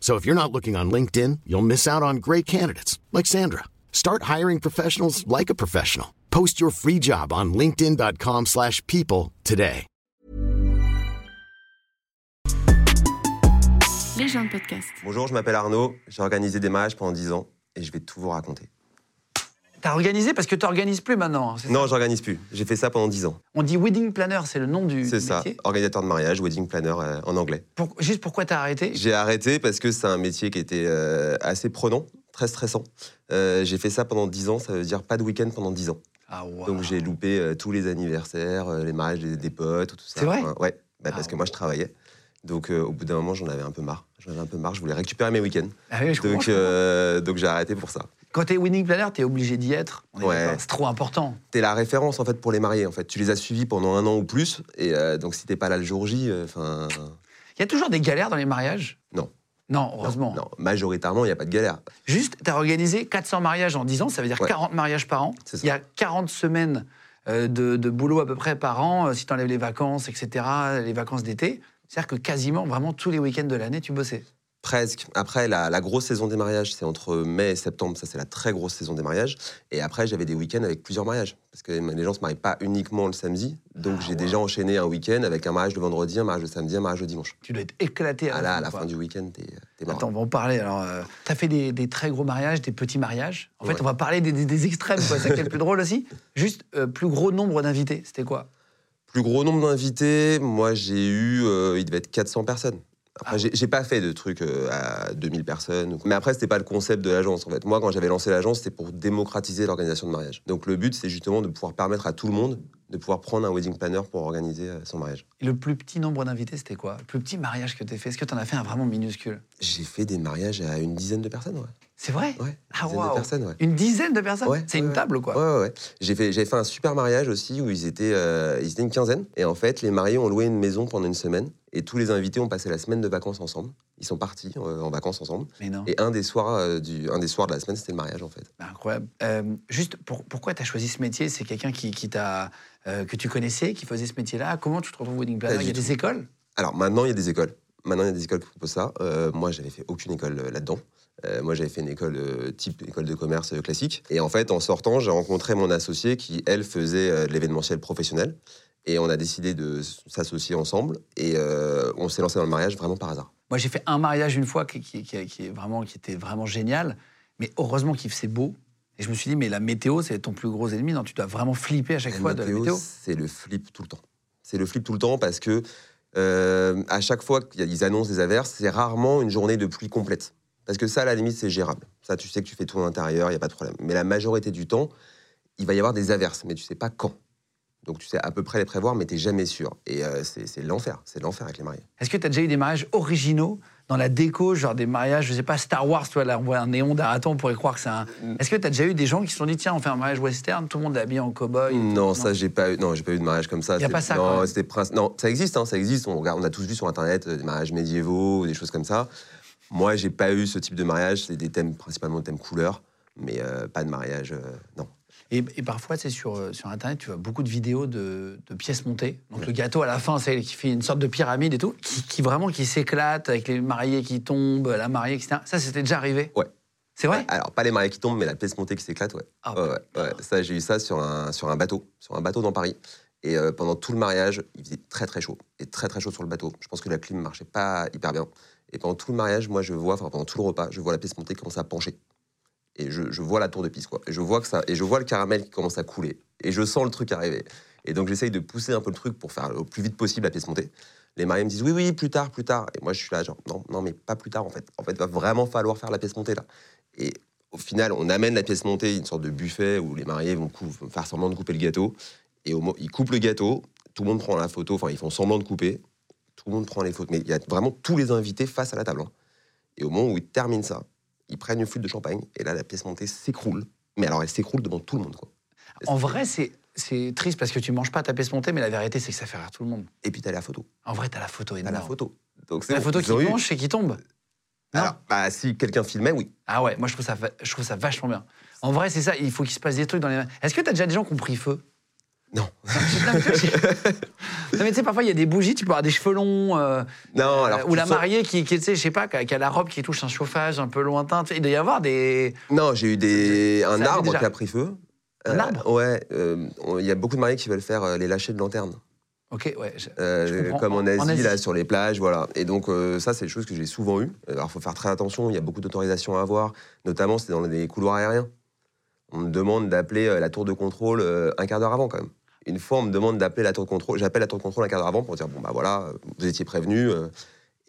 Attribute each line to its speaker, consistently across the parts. Speaker 1: So if you're not looking on LinkedIn, you'll miss out on great candidates like Sandra. Start hiring professionals like a professional. Post your free job on linkedin.com/people slash people today.
Speaker 2: Les gens de podcast.
Speaker 3: Bonjour, je m'appelle Arnaud, j'ai organisé des mariages pendant 10 ans et je vais tout vous raconter.
Speaker 4: T'as organisé parce que t'organises plus maintenant. c'est ça
Speaker 3: Non, j'organise plus, j'ai fait ça pendant 10 ans.
Speaker 4: On dit wedding planner, c'est le nom du
Speaker 3: C'est
Speaker 4: métier.
Speaker 3: ça, organisateur de mariage, wedding planner euh, en anglais.
Speaker 4: Pour- juste pourquoi t'as arrêté
Speaker 3: J'ai arrêté parce que c'est un métier qui était euh, assez prenant, très stressant. Euh, j'ai fait ça pendant 10 ans, ça veut dire pas de week-end pendant 10 ans.
Speaker 4: Ah ouais.
Speaker 3: Donc j'ai loupé euh, tous les anniversaires, euh, les mariages des, des potes, tout ça.
Speaker 4: C'est vrai
Speaker 3: Enfin, Ouais, bah, parce
Speaker 4: Ah
Speaker 3: que moi je travaillais. Donc euh, au bout d'un moment, j'en avais un peu marre. J'en avais un peu marre, je voulais récupérer mes week-ends.
Speaker 4: Ah oui, je comprends,
Speaker 3: Donc,
Speaker 4: je comprends.
Speaker 3: euh, donc j'ai arrêté pour ça.
Speaker 4: Quand t'es wedding planner, t'es obligé d'y être. On est
Speaker 3: Ouais.
Speaker 4: d'accord, C'est trop important.
Speaker 3: T'es la référence en fait pour les mariés en fait. Tu les as suivis pendant un an ou plus et euh, donc si t'es pas là le jour J, euh, enfin
Speaker 4: Il y a toujours des galères dans les mariages
Speaker 3: Non.
Speaker 4: Non, heureusement.
Speaker 3: non, majoritairement il y a pas de galère.
Speaker 4: Juste, t'as organisé 400 mariages en 10 ans, ça veut dire
Speaker 3: Ouais.
Speaker 4: 40 mariages par an.
Speaker 3: C'est ça.
Speaker 4: Il y a 40 semaines euh, de, de boulot à peu près par an, euh, si t'enlèves les vacances, etc., les vacances d'été. C'est-à-dire que quasiment, vraiment tous les week-ends de l'année, tu bossais.
Speaker 3: Presque. Après la, la grosse saison des mariages, c'est entre mai et septembre. Ça c'est la très grosse saison des mariages. Et après j'avais des week-ends avec plusieurs mariages parce que les gens se marient pas uniquement le samedi. Donc
Speaker 4: Ah
Speaker 3: j'ai déjà enchaîné un week-end avec un mariage le vendredi, un mariage le samedi, un mariage le dimanche.
Speaker 4: Tu dois être éclaté à la,
Speaker 3: Ah là, à la
Speaker 4: quoi.
Speaker 3: fin du week-end t'es t'es mort.
Speaker 4: Attends, on va en parler. Alors, euh, t'as fait des, des très gros mariages, des petits mariages. En fait,
Speaker 3: Ouais.
Speaker 4: on va parler des, des- des extrêmes, quoi. C'est ça qui est le plus drôle aussi. Juste, euh, plus gros nombre d'invités, c'était quoi
Speaker 3: Plus gros nombre d'invités, moi j'ai eu, euh, il devait être 400 personnes. Après,
Speaker 4: Ah
Speaker 3: j'ai- j'ai pas fait de trucs euh, à 2000 personnes. ou quoi. Mais après, c'était pas le concept de l'agence en fait. Moi, quand j'avais lancé l'agence, c'était pour démocratiser l'organisation de mariage. Donc le but, c'est justement de pouvoir permettre à tout le monde de pouvoir prendre un wedding planner pour organiser euh, son mariage.
Speaker 4: Et le plus petit nombre d'invités, c'était quoi Le plus petit mariage que t'as fait Est-ce que t'en as fait un vraiment minuscule
Speaker 3: J'ai fait des mariages à une dizaine de personnes, ouais.
Speaker 4: C'est vrai
Speaker 3: ouais une
Speaker 4: Ah,
Speaker 3: dizaine
Speaker 4: waouh.
Speaker 3: de personnes, ouais.
Speaker 4: Une dizaine de personnes
Speaker 3: Ouais,
Speaker 4: C'est
Speaker 3: ouais,
Speaker 4: une
Speaker 3: ouais.
Speaker 4: table, quoi.
Speaker 3: Ouais, ouais, ouais. J'ai fait, j'ai fait un super mariage aussi où ils étaient, euh, ils étaient une quinzaine. Et en fait, les mariés ont loué une maison pendant une semaine. Et tous les invités ont passé la semaine de vacances ensemble. Ils sont partis euh, en vacances ensemble.
Speaker 4: Mais non.
Speaker 3: Et un des soirs, euh, du, un des soirs de la semaine, c'était le mariage en fait.
Speaker 4: Bah, Incroyable. Euh, juste, pour- pourquoi tu as choisi ce métier C'est quelqu'un qui, qui t'a, euh, que tu connaissais, qui faisait ce métier-là Comment tu te retrouves wedding planner
Speaker 3: Pas
Speaker 4: Il y a
Speaker 3: du
Speaker 4: des écoles
Speaker 3: Alors maintenant, il y a des écoles. Maintenant, il y a des écoles qui proposent ça. Euh, moi, j'avais fait aucune école euh, là-dedans. Euh, moi, j'avais fait une école euh, type école de commerce euh, classique. Et en fait, en sortant, j'ai rencontré mon associé qui, elle, faisait euh, de l'événementiel professionnel. Et on a décidé de s- s'associer ensemble. Et euh, on s'est lancé dans le mariage vraiment par hasard.
Speaker 4: Moi, j'ai fait un mariage une fois qui, qui- qui- qui est vraiment, qui était vraiment génial. Mais heureusement qu'il faisait beau. Et je me suis dit, mais la météo, c'est ton plus gros ennemi. Non, tu dois vraiment flipper à chaque
Speaker 3: La
Speaker 4: fois de la
Speaker 3: météo,
Speaker 4: météo.
Speaker 3: C'est le flip tout le temps. C'est le flip tout le temps parce que euh, à chaque fois qu'ils annoncent des averses, c'est rarement une journée de pluie complète. Parce que ça, à la limite, c'est gérable. Ça, tu sais que tu fais tout à l'intérieur, il n'y a pas de problème. Mais la majorité du temps, il va y avoir des averses, mais tu sais pas quand. Donc tu sais à peu près les prévoir, mais tu n'es jamais sûr. Et euh, c'est c'est l'enfer, c'est l'enfer avec les mariés.
Speaker 4: Est-ce que tu as déjà eu des mariages originaux dans la déco, genre des mariages, je sais pas, Star Wars, toi, là, on voit un néon d'Araton, on pourrait croire que c'est un.
Speaker 3: Mm.
Speaker 4: Est-ce que tu as déjà eu des gens qui se sont dit, tiens, on fait un mariage western, tout le monde est habillé en cow-boy
Speaker 3: Non, ça, j'ai pas eu. Non, j'ai pas eu de mariage comme ça.
Speaker 4: Y a
Speaker 3: C'est-
Speaker 4: pas ça, quand
Speaker 3: Non,
Speaker 4: même.
Speaker 3: c'était prince. Non, ça existe, hein, ça existe. On regarde, on a tous vu sur internet euh, des mariages médiévaux, ou des choses comme ça. Moi, j'ai pas eu ce type de mariage. C'est des thèmes principalement des thèmes couleurs, mais euh, pas de mariage. euh, non.
Speaker 4: Et, et parfois, c'est sur, euh, sur Internet, tu vois beaucoup de vidéos de, de pièces montées. Donc le gâteau à la fin, c'est qui fait une sorte de pyramide et tout, qui, qui vraiment qui s'éclate avec les mariés qui tombent, la mariée, etc. Ça, c'était déjà arrivé.
Speaker 3: Ouais.
Speaker 4: C'est vrai
Speaker 3: Alors pas les mariés qui tombent, mais la pièce montée qui s'éclate, ouais.
Speaker 4: Ah,
Speaker 3: Ouais, ouais, ouais. Ça, j'ai eu ça sur un sur un bateau, sur un bateau dans Paris. Et euh, pendant tout le mariage, il faisait très très chaud, et très très chaud sur le bateau. Je pense que la clim marchait pas hyper bien. Et pendant tout le mariage, moi, je vois, enfin pendant tout le repas, je vois la pièce montée qui commence à pencher. et je, je vois la tour de piste quoi. Et je vois que ça et je vois le caramel qui commence à couler et je sens le truc arriver. Et donc j'essaye de pousser un peu le truc pour faire au plus vite possible la pièce montée. Les mariés me disent oui oui plus tard plus tard et moi je suis là genre non non mais pas plus tard en fait. En fait va vraiment falloir faire la pièce montée là. Et au final on amène la pièce montée une sorte de buffet où les mariés vont cou- vont faire semblant de couper le gâteau et au mo- ils coupent le gâteau, tout le monde prend la photo, enfin ils font semblant de couper, tout le monde prend les photos mais il y a vraiment tous les invités face à la table. hein. Et au moment où ils terminent ça, ils prennent une flûte de champagne, et là, la pièce montée s'écroule. Mais alors, elle s'écroule devant tout le monde, quoi.
Speaker 4: En vrai, c'est c'est triste parce que tu manges pas ta pièce montée, mais la vérité, c'est que ça fait rire tout le monde.
Speaker 3: Et puis, t'as la photo.
Speaker 4: En vrai, t'as la photo
Speaker 3: T'as
Speaker 4: énorme.
Speaker 3: la photo. Donc, c'est
Speaker 4: La
Speaker 3: bon,
Speaker 4: photo
Speaker 3: ils
Speaker 4: qui
Speaker 3: ont eu.
Speaker 4: penche et qui tombe. Non.
Speaker 3: Alors, bah, si quelqu'un filmait, oui.
Speaker 4: Ah ouais, moi je trouve ça, va- je trouve ça vachement bien. En vrai, c'est ça, il faut qu'il se passe des trucs dans les. Est-ce que t'as déjà des gens qui ont pris feu
Speaker 3: Non.
Speaker 4: Non, mais tu sais, non, mais tu sais, parfois il y a des bougies, tu peux avoir des cheveux longs, euh,
Speaker 3: Non,
Speaker 4: euh,
Speaker 3: alors.
Speaker 4: ou la
Speaker 3: tu sens-
Speaker 4: mariée qui, qui, tu sais, je sais pas, qui a, qui a la robe qui touche un chauffage un peu lointain. tu sais, Il doit y avoir des.
Speaker 3: Non, j'ai eu des... un
Speaker 4: arrive
Speaker 3: arbre
Speaker 4: déjà.
Speaker 3: qui a pris feu.
Speaker 4: Un arbre
Speaker 3: Ouais, euh, on- il y a beaucoup de mariés qui veulent faire euh, les lâchers de lanterne.
Speaker 4: Ok, ouais. je-
Speaker 3: Euh,
Speaker 4: Je comprends.
Speaker 3: comme en
Speaker 4: En
Speaker 3: Asie,
Speaker 4: Asie.
Speaker 3: là, sur les plages, voilà. Et donc, euh, ça, c'est des choses que j'ai souvent eues. Euh, Alors, il faut faire très attention, il y a beaucoup d'autorisations à avoir, notamment, c'est dans les couloirs aériens. On me demande d'appeler euh, la tour de contrôle euh, un quart d'heure avant, quand même. Une fois, on me demande d'appeler la tour de contrôle, j'appelle la tour de contrôle un quart d'heure avant pour dire, bon, bah voilà, euh, vous étiez prévenu. euh,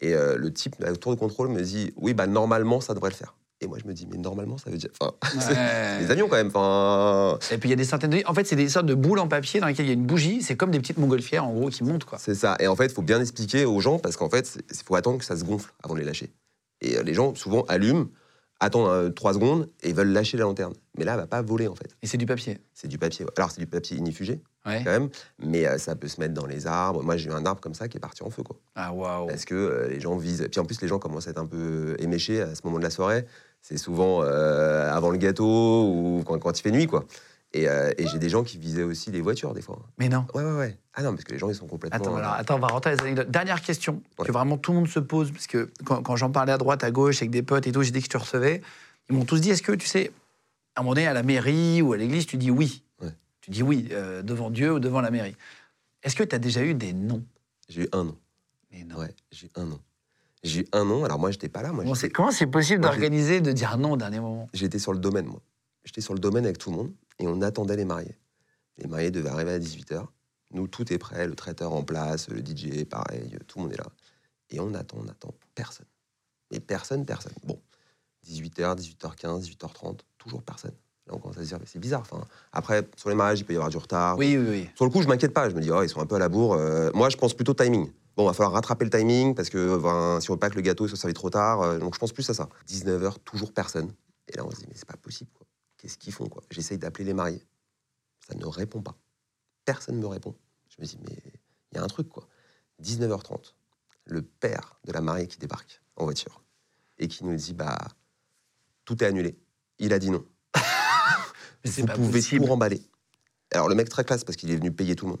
Speaker 3: et euh, le type de la tour de contrôle me dit, oui, bah normalement, ça devrait le faire. Et moi, je me dis, mais normalement, ça veut dire. Enfin,
Speaker 4: Ouais.
Speaker 3: les avions, quand même. Enfin,
Speaker 4: Et puis il y a des centaines de. En fait, c'est des sortes de boules en papier dans lesquelles il y a une bougie. C'est comme des petites montgolfières en gros qui montent quoi.
Speaker 3: C'est ça. Et en fait, il faut bien expliquer aux gens parce qu'en fait, il faut attendre que ça se gonfle avant de les lâcher. Et euh, les gens, souvent, allument, attendent 3 secondes et veulent lâcher la lanterne. Mais là, elle va pas voler, en fait.
Speaker 4: Et c'est du papier.
Speaker 3: C'est du papier. Alors, c'est du papier inifugé,
Speaker 4: Ouais.
Speaker 3: quand même, mais euh, ça peut se mettre dans les arbres. Moi, j'ai eu un arbre comme ça qui est parti en feu, quoi.
Speaker 4: Ah waouh.
Speaker 3: Parce que euh, les gens visent. Puis en plus, les gens commencent à être un peu euh, éméchés à ce moment de la soirée. C'est souvent euh, avant le gâteau ou quand, quand il fait nuit, quoi. Et, euh, et j'ai des gens qui visaient aussi les voitures, des fois.
Speaker 4: Mais non.
Speaker 3: Ouais, ouais, ouais. Ah non, parce que les gens, ils sont complètement. euh,
Speaker 4: Attends, alors, attends, on va rentrer dans les anecdotes. Dernière question que
Speaker 3: Ouais.
Speaker 4: vraiment tout le monde se pose, parce que quand, quand j'en parlais à droite, à gauche, avec des potes et tout, j'ai dit que je te recevais. Ils m'ont tous dit est-ce que, tu sais, à un moment donné, à la mairie ou à l'église, tu dis oui
Speaker 3: Ouais.
Speaker 4: Tu dis oui, euh, devant Dieu ou devant la mairie. Est-ce que tu as déjà eu des noms
Speaker 3: J'ai eu un an.
Speaker 4: Mais non.
Speaker 3: Ouais, j'ai eu un an. J'ai eu un an, alors moi j'étais pas là, moi
Speaker 4: Comment
Speaker 3: j'étais-
Speaker 4: c'est- Comment c'est possible
Speaker 3: Moi,
Speaker 4: d'organiser, de dire non au dernier moment
Speaker 3: j'étais sur le domaine, moi. J'étais sur le domaine avec tout le monde et on attendait les mariés. Les mariés devaient arriver à 18h. Nous, tout est prêt, le traiteur en place, le DJ, pareil, euh, tout le monde est là. Et on attend, on attend, personne. Mais personne, personne. Bon, 18h, 18h15, 18h30, toujours personne. Là, on commence à se dire, mais c'est bizarre. Enfin, après, sur les mariages, il peut y avoir du retard.
Speaker 4: Oui, oui, oui.
Speaker 3: Sur le coup, je m'inquiète pas. Je me dis, oh, ils sont un peu à la bourre. Euh, moi, je pense plutôt timing. Bon, va falloir rattraper le timing parce que ben, si on veut pas que le gâteau soit servi trop tard, euh, donc je pense plus à ça. 19h, toujours personne. Et là, on se dit, mais c'est pas possible. quoi. Qu'est-ce qu'ils font quoi J'essaye d'appeler les mariés. Ça ne répond pas. Personne ne me répond. Je me dis, mais il y a un truc quoi. 19h30, le père de la mariée qui débarque en voiture et qui nous dit, bah, tout est annulé. Il a dit non
Speaker 4: Mais c'est
Speaker 3: vous
Speaker 4: pas
Speaker 3: pouvez
Speaker 4: possible.
Speaker 3: tout remballer. Alors le mec très classe parce qu'il est venu payer tout le monde.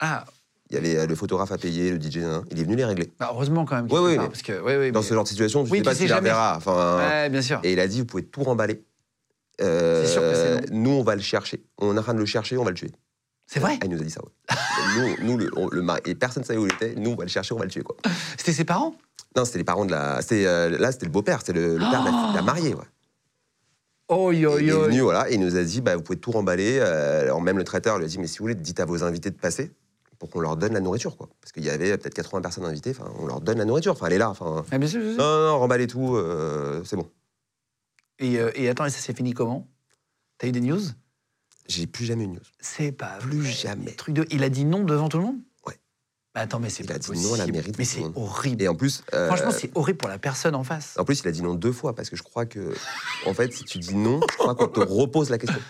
Speaker 4: Ah, il
Speaker 3: Il y avait euh, le photographe à payer, le DJ, hein. il est venu les régler.
Speaker 4: bah, heureusement quand même. qu'il
Speaker 3: Oui,
Speaker 4: fait
Speaker 3: oui,
Speaker 4: pas,
Speaker 3: mais-
Speaker 4: parce que, oui, oui,
Speaker 3: Dans
Speaker 4: mais-
Speaker 3: ce genre de situation, je
Speaker 4: Oui,
Speaker 3: sais
Speaker 4: tu
Speaker 3: pas
Speaker 4: sais
Speaker 3: si la
Speaker 4: jamais.
Speaker 3: verra. Enfin,
Speaker 4: Ouais, bien sûr.
Speaker 3: Et il a dit, vous pouvez tout remballer.
Speaker 4: C'est sûr que c'est
Speaker 3: Euh, nous, on va le chercher. On est en train de le chercher, on va le tuer.
Speaker 4: C'est vrai
Speaker 3: Ah, il nous a dit ça, ouais. nous, nous, le, on- le mari- et personne ne savait où il était. Nous, on va le chercher, on va le tuer, quoi.
Speaker 4: C'était ses parents
Speaker 3: Non, c'était les parents de la. c'était, euh, là, c'était le beau-père, c'était le, le père de la, de la mariée, ouais.
Speaker 4: Oh, yo,
Speaker 3: Et il est
Speaker 4: yo.
Speaker 3: venu, voilà, et il nous a dit, bah, vous pouvez tout remballer. Euh, alors même le traiteur lui a dit, mais si vous voulez, dites à vos invités de passer pour qu'on leur donne la nourriture, quoi. Parce qu'il y avait euh, peut-être 80 personnes invitées, enfin, on leur donne la nourriture, enfin, elle est là, enfin.
Speaker 4: Ah, bien sûr, bien sûr.
Speaker 3: Non, non, non, remballez tout, euh, c'est bon.
Speaker 4: Et, euh, et attends, et ça s'est fini comment T'as eu des news
Speaker 3: J'ai plus jamais une news.
Speaker 4: C'est pas
Speaker 3: Plus
Speaker 4: vrai.
Speaker 3: jamais.
Speaker 4: Truc de... Il a dit non devant tout le monde
Speaker 3: Ouais.
Speaker 4: Bah attends, mais c'est
Speaker 3: Il
Speaker 4: pas
Speaker 3: a dit
Speaker 4: possible.
Speaker 3: non à la mairie
Speaker 4: mais
Speaker 3: devant tout
Speaker 4: c'est
Speaker 3: le monde.
Speaker 4: horrible.
Speaker 3: Et en plus. euh,
Speaker 4: Franchement, c'est horrible pour la personne en face.
Speaker 3: En plus, il a dit non deux fois, parce que je crois que. En fait, si tu dis non, je crois qu'on te repose la question.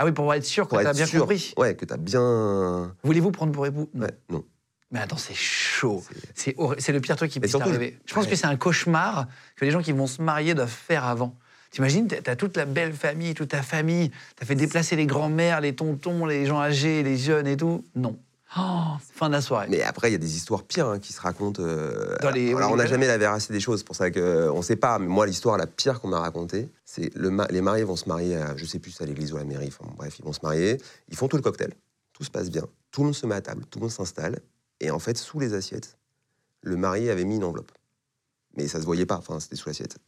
Speaker 4: Ah oui, pour être sûr que
Speaker 3: Pour
Speaker 4: t'as
Speaker 3: être
Speaker 4: bien
Speaker 3: sûr.
Speaker 4: compris. Mm.
Speaker 3: Ouais, que t'as bien.
Speaker 4: Voulez-vous prendre pour époux Non.
Speaker 3: Ouais, non.
Speaker 4: Mais attends, c'est chaud.
Speaker 3: C'est-
Speaker 4: C'est horri- c'est le pire truc qui puisse
Speaker 3: surtout,
Speaker 4: t'arriver. Je pense
Speaker 3: ouais.
Speaker 4: que c'est un cauchemar que les gens qui vont se marier doivent faire avant. T'imagines, t'as- t'as toute la belle famille, toute ta famille, t'as fait déplacer les grands-mères, les tontons, les gens âgés, les jeunes et tout. Non. Oh, fin de la soirée.
Speaker 3: Mais après, il y a des histoires pires hein, qui se racontent. euh,
Speaker 4: Dans les- oui,
Speaker 3: alors, on n'a
Speaker 4: voilà.
Speaker 3: jamais la véracité des choses, c'est pour ça qu'on ne sait pas. Mais moi, l'histoire la pire qu'on m'a racontée, c'est le ma- les mariés vont se marier, à, je sais plus, c'est à l'église ou à la mairie, enfin bon, bref, ils vont se marier, ils font tout le cocktail, tout se passe bien, tout le monde se met à table, tout le monde s'installe, et en fait, sous les assiettes, le marié avait mis une enveloppe. Mais ça se voyait pas, enfin, c'était sous l'assiette.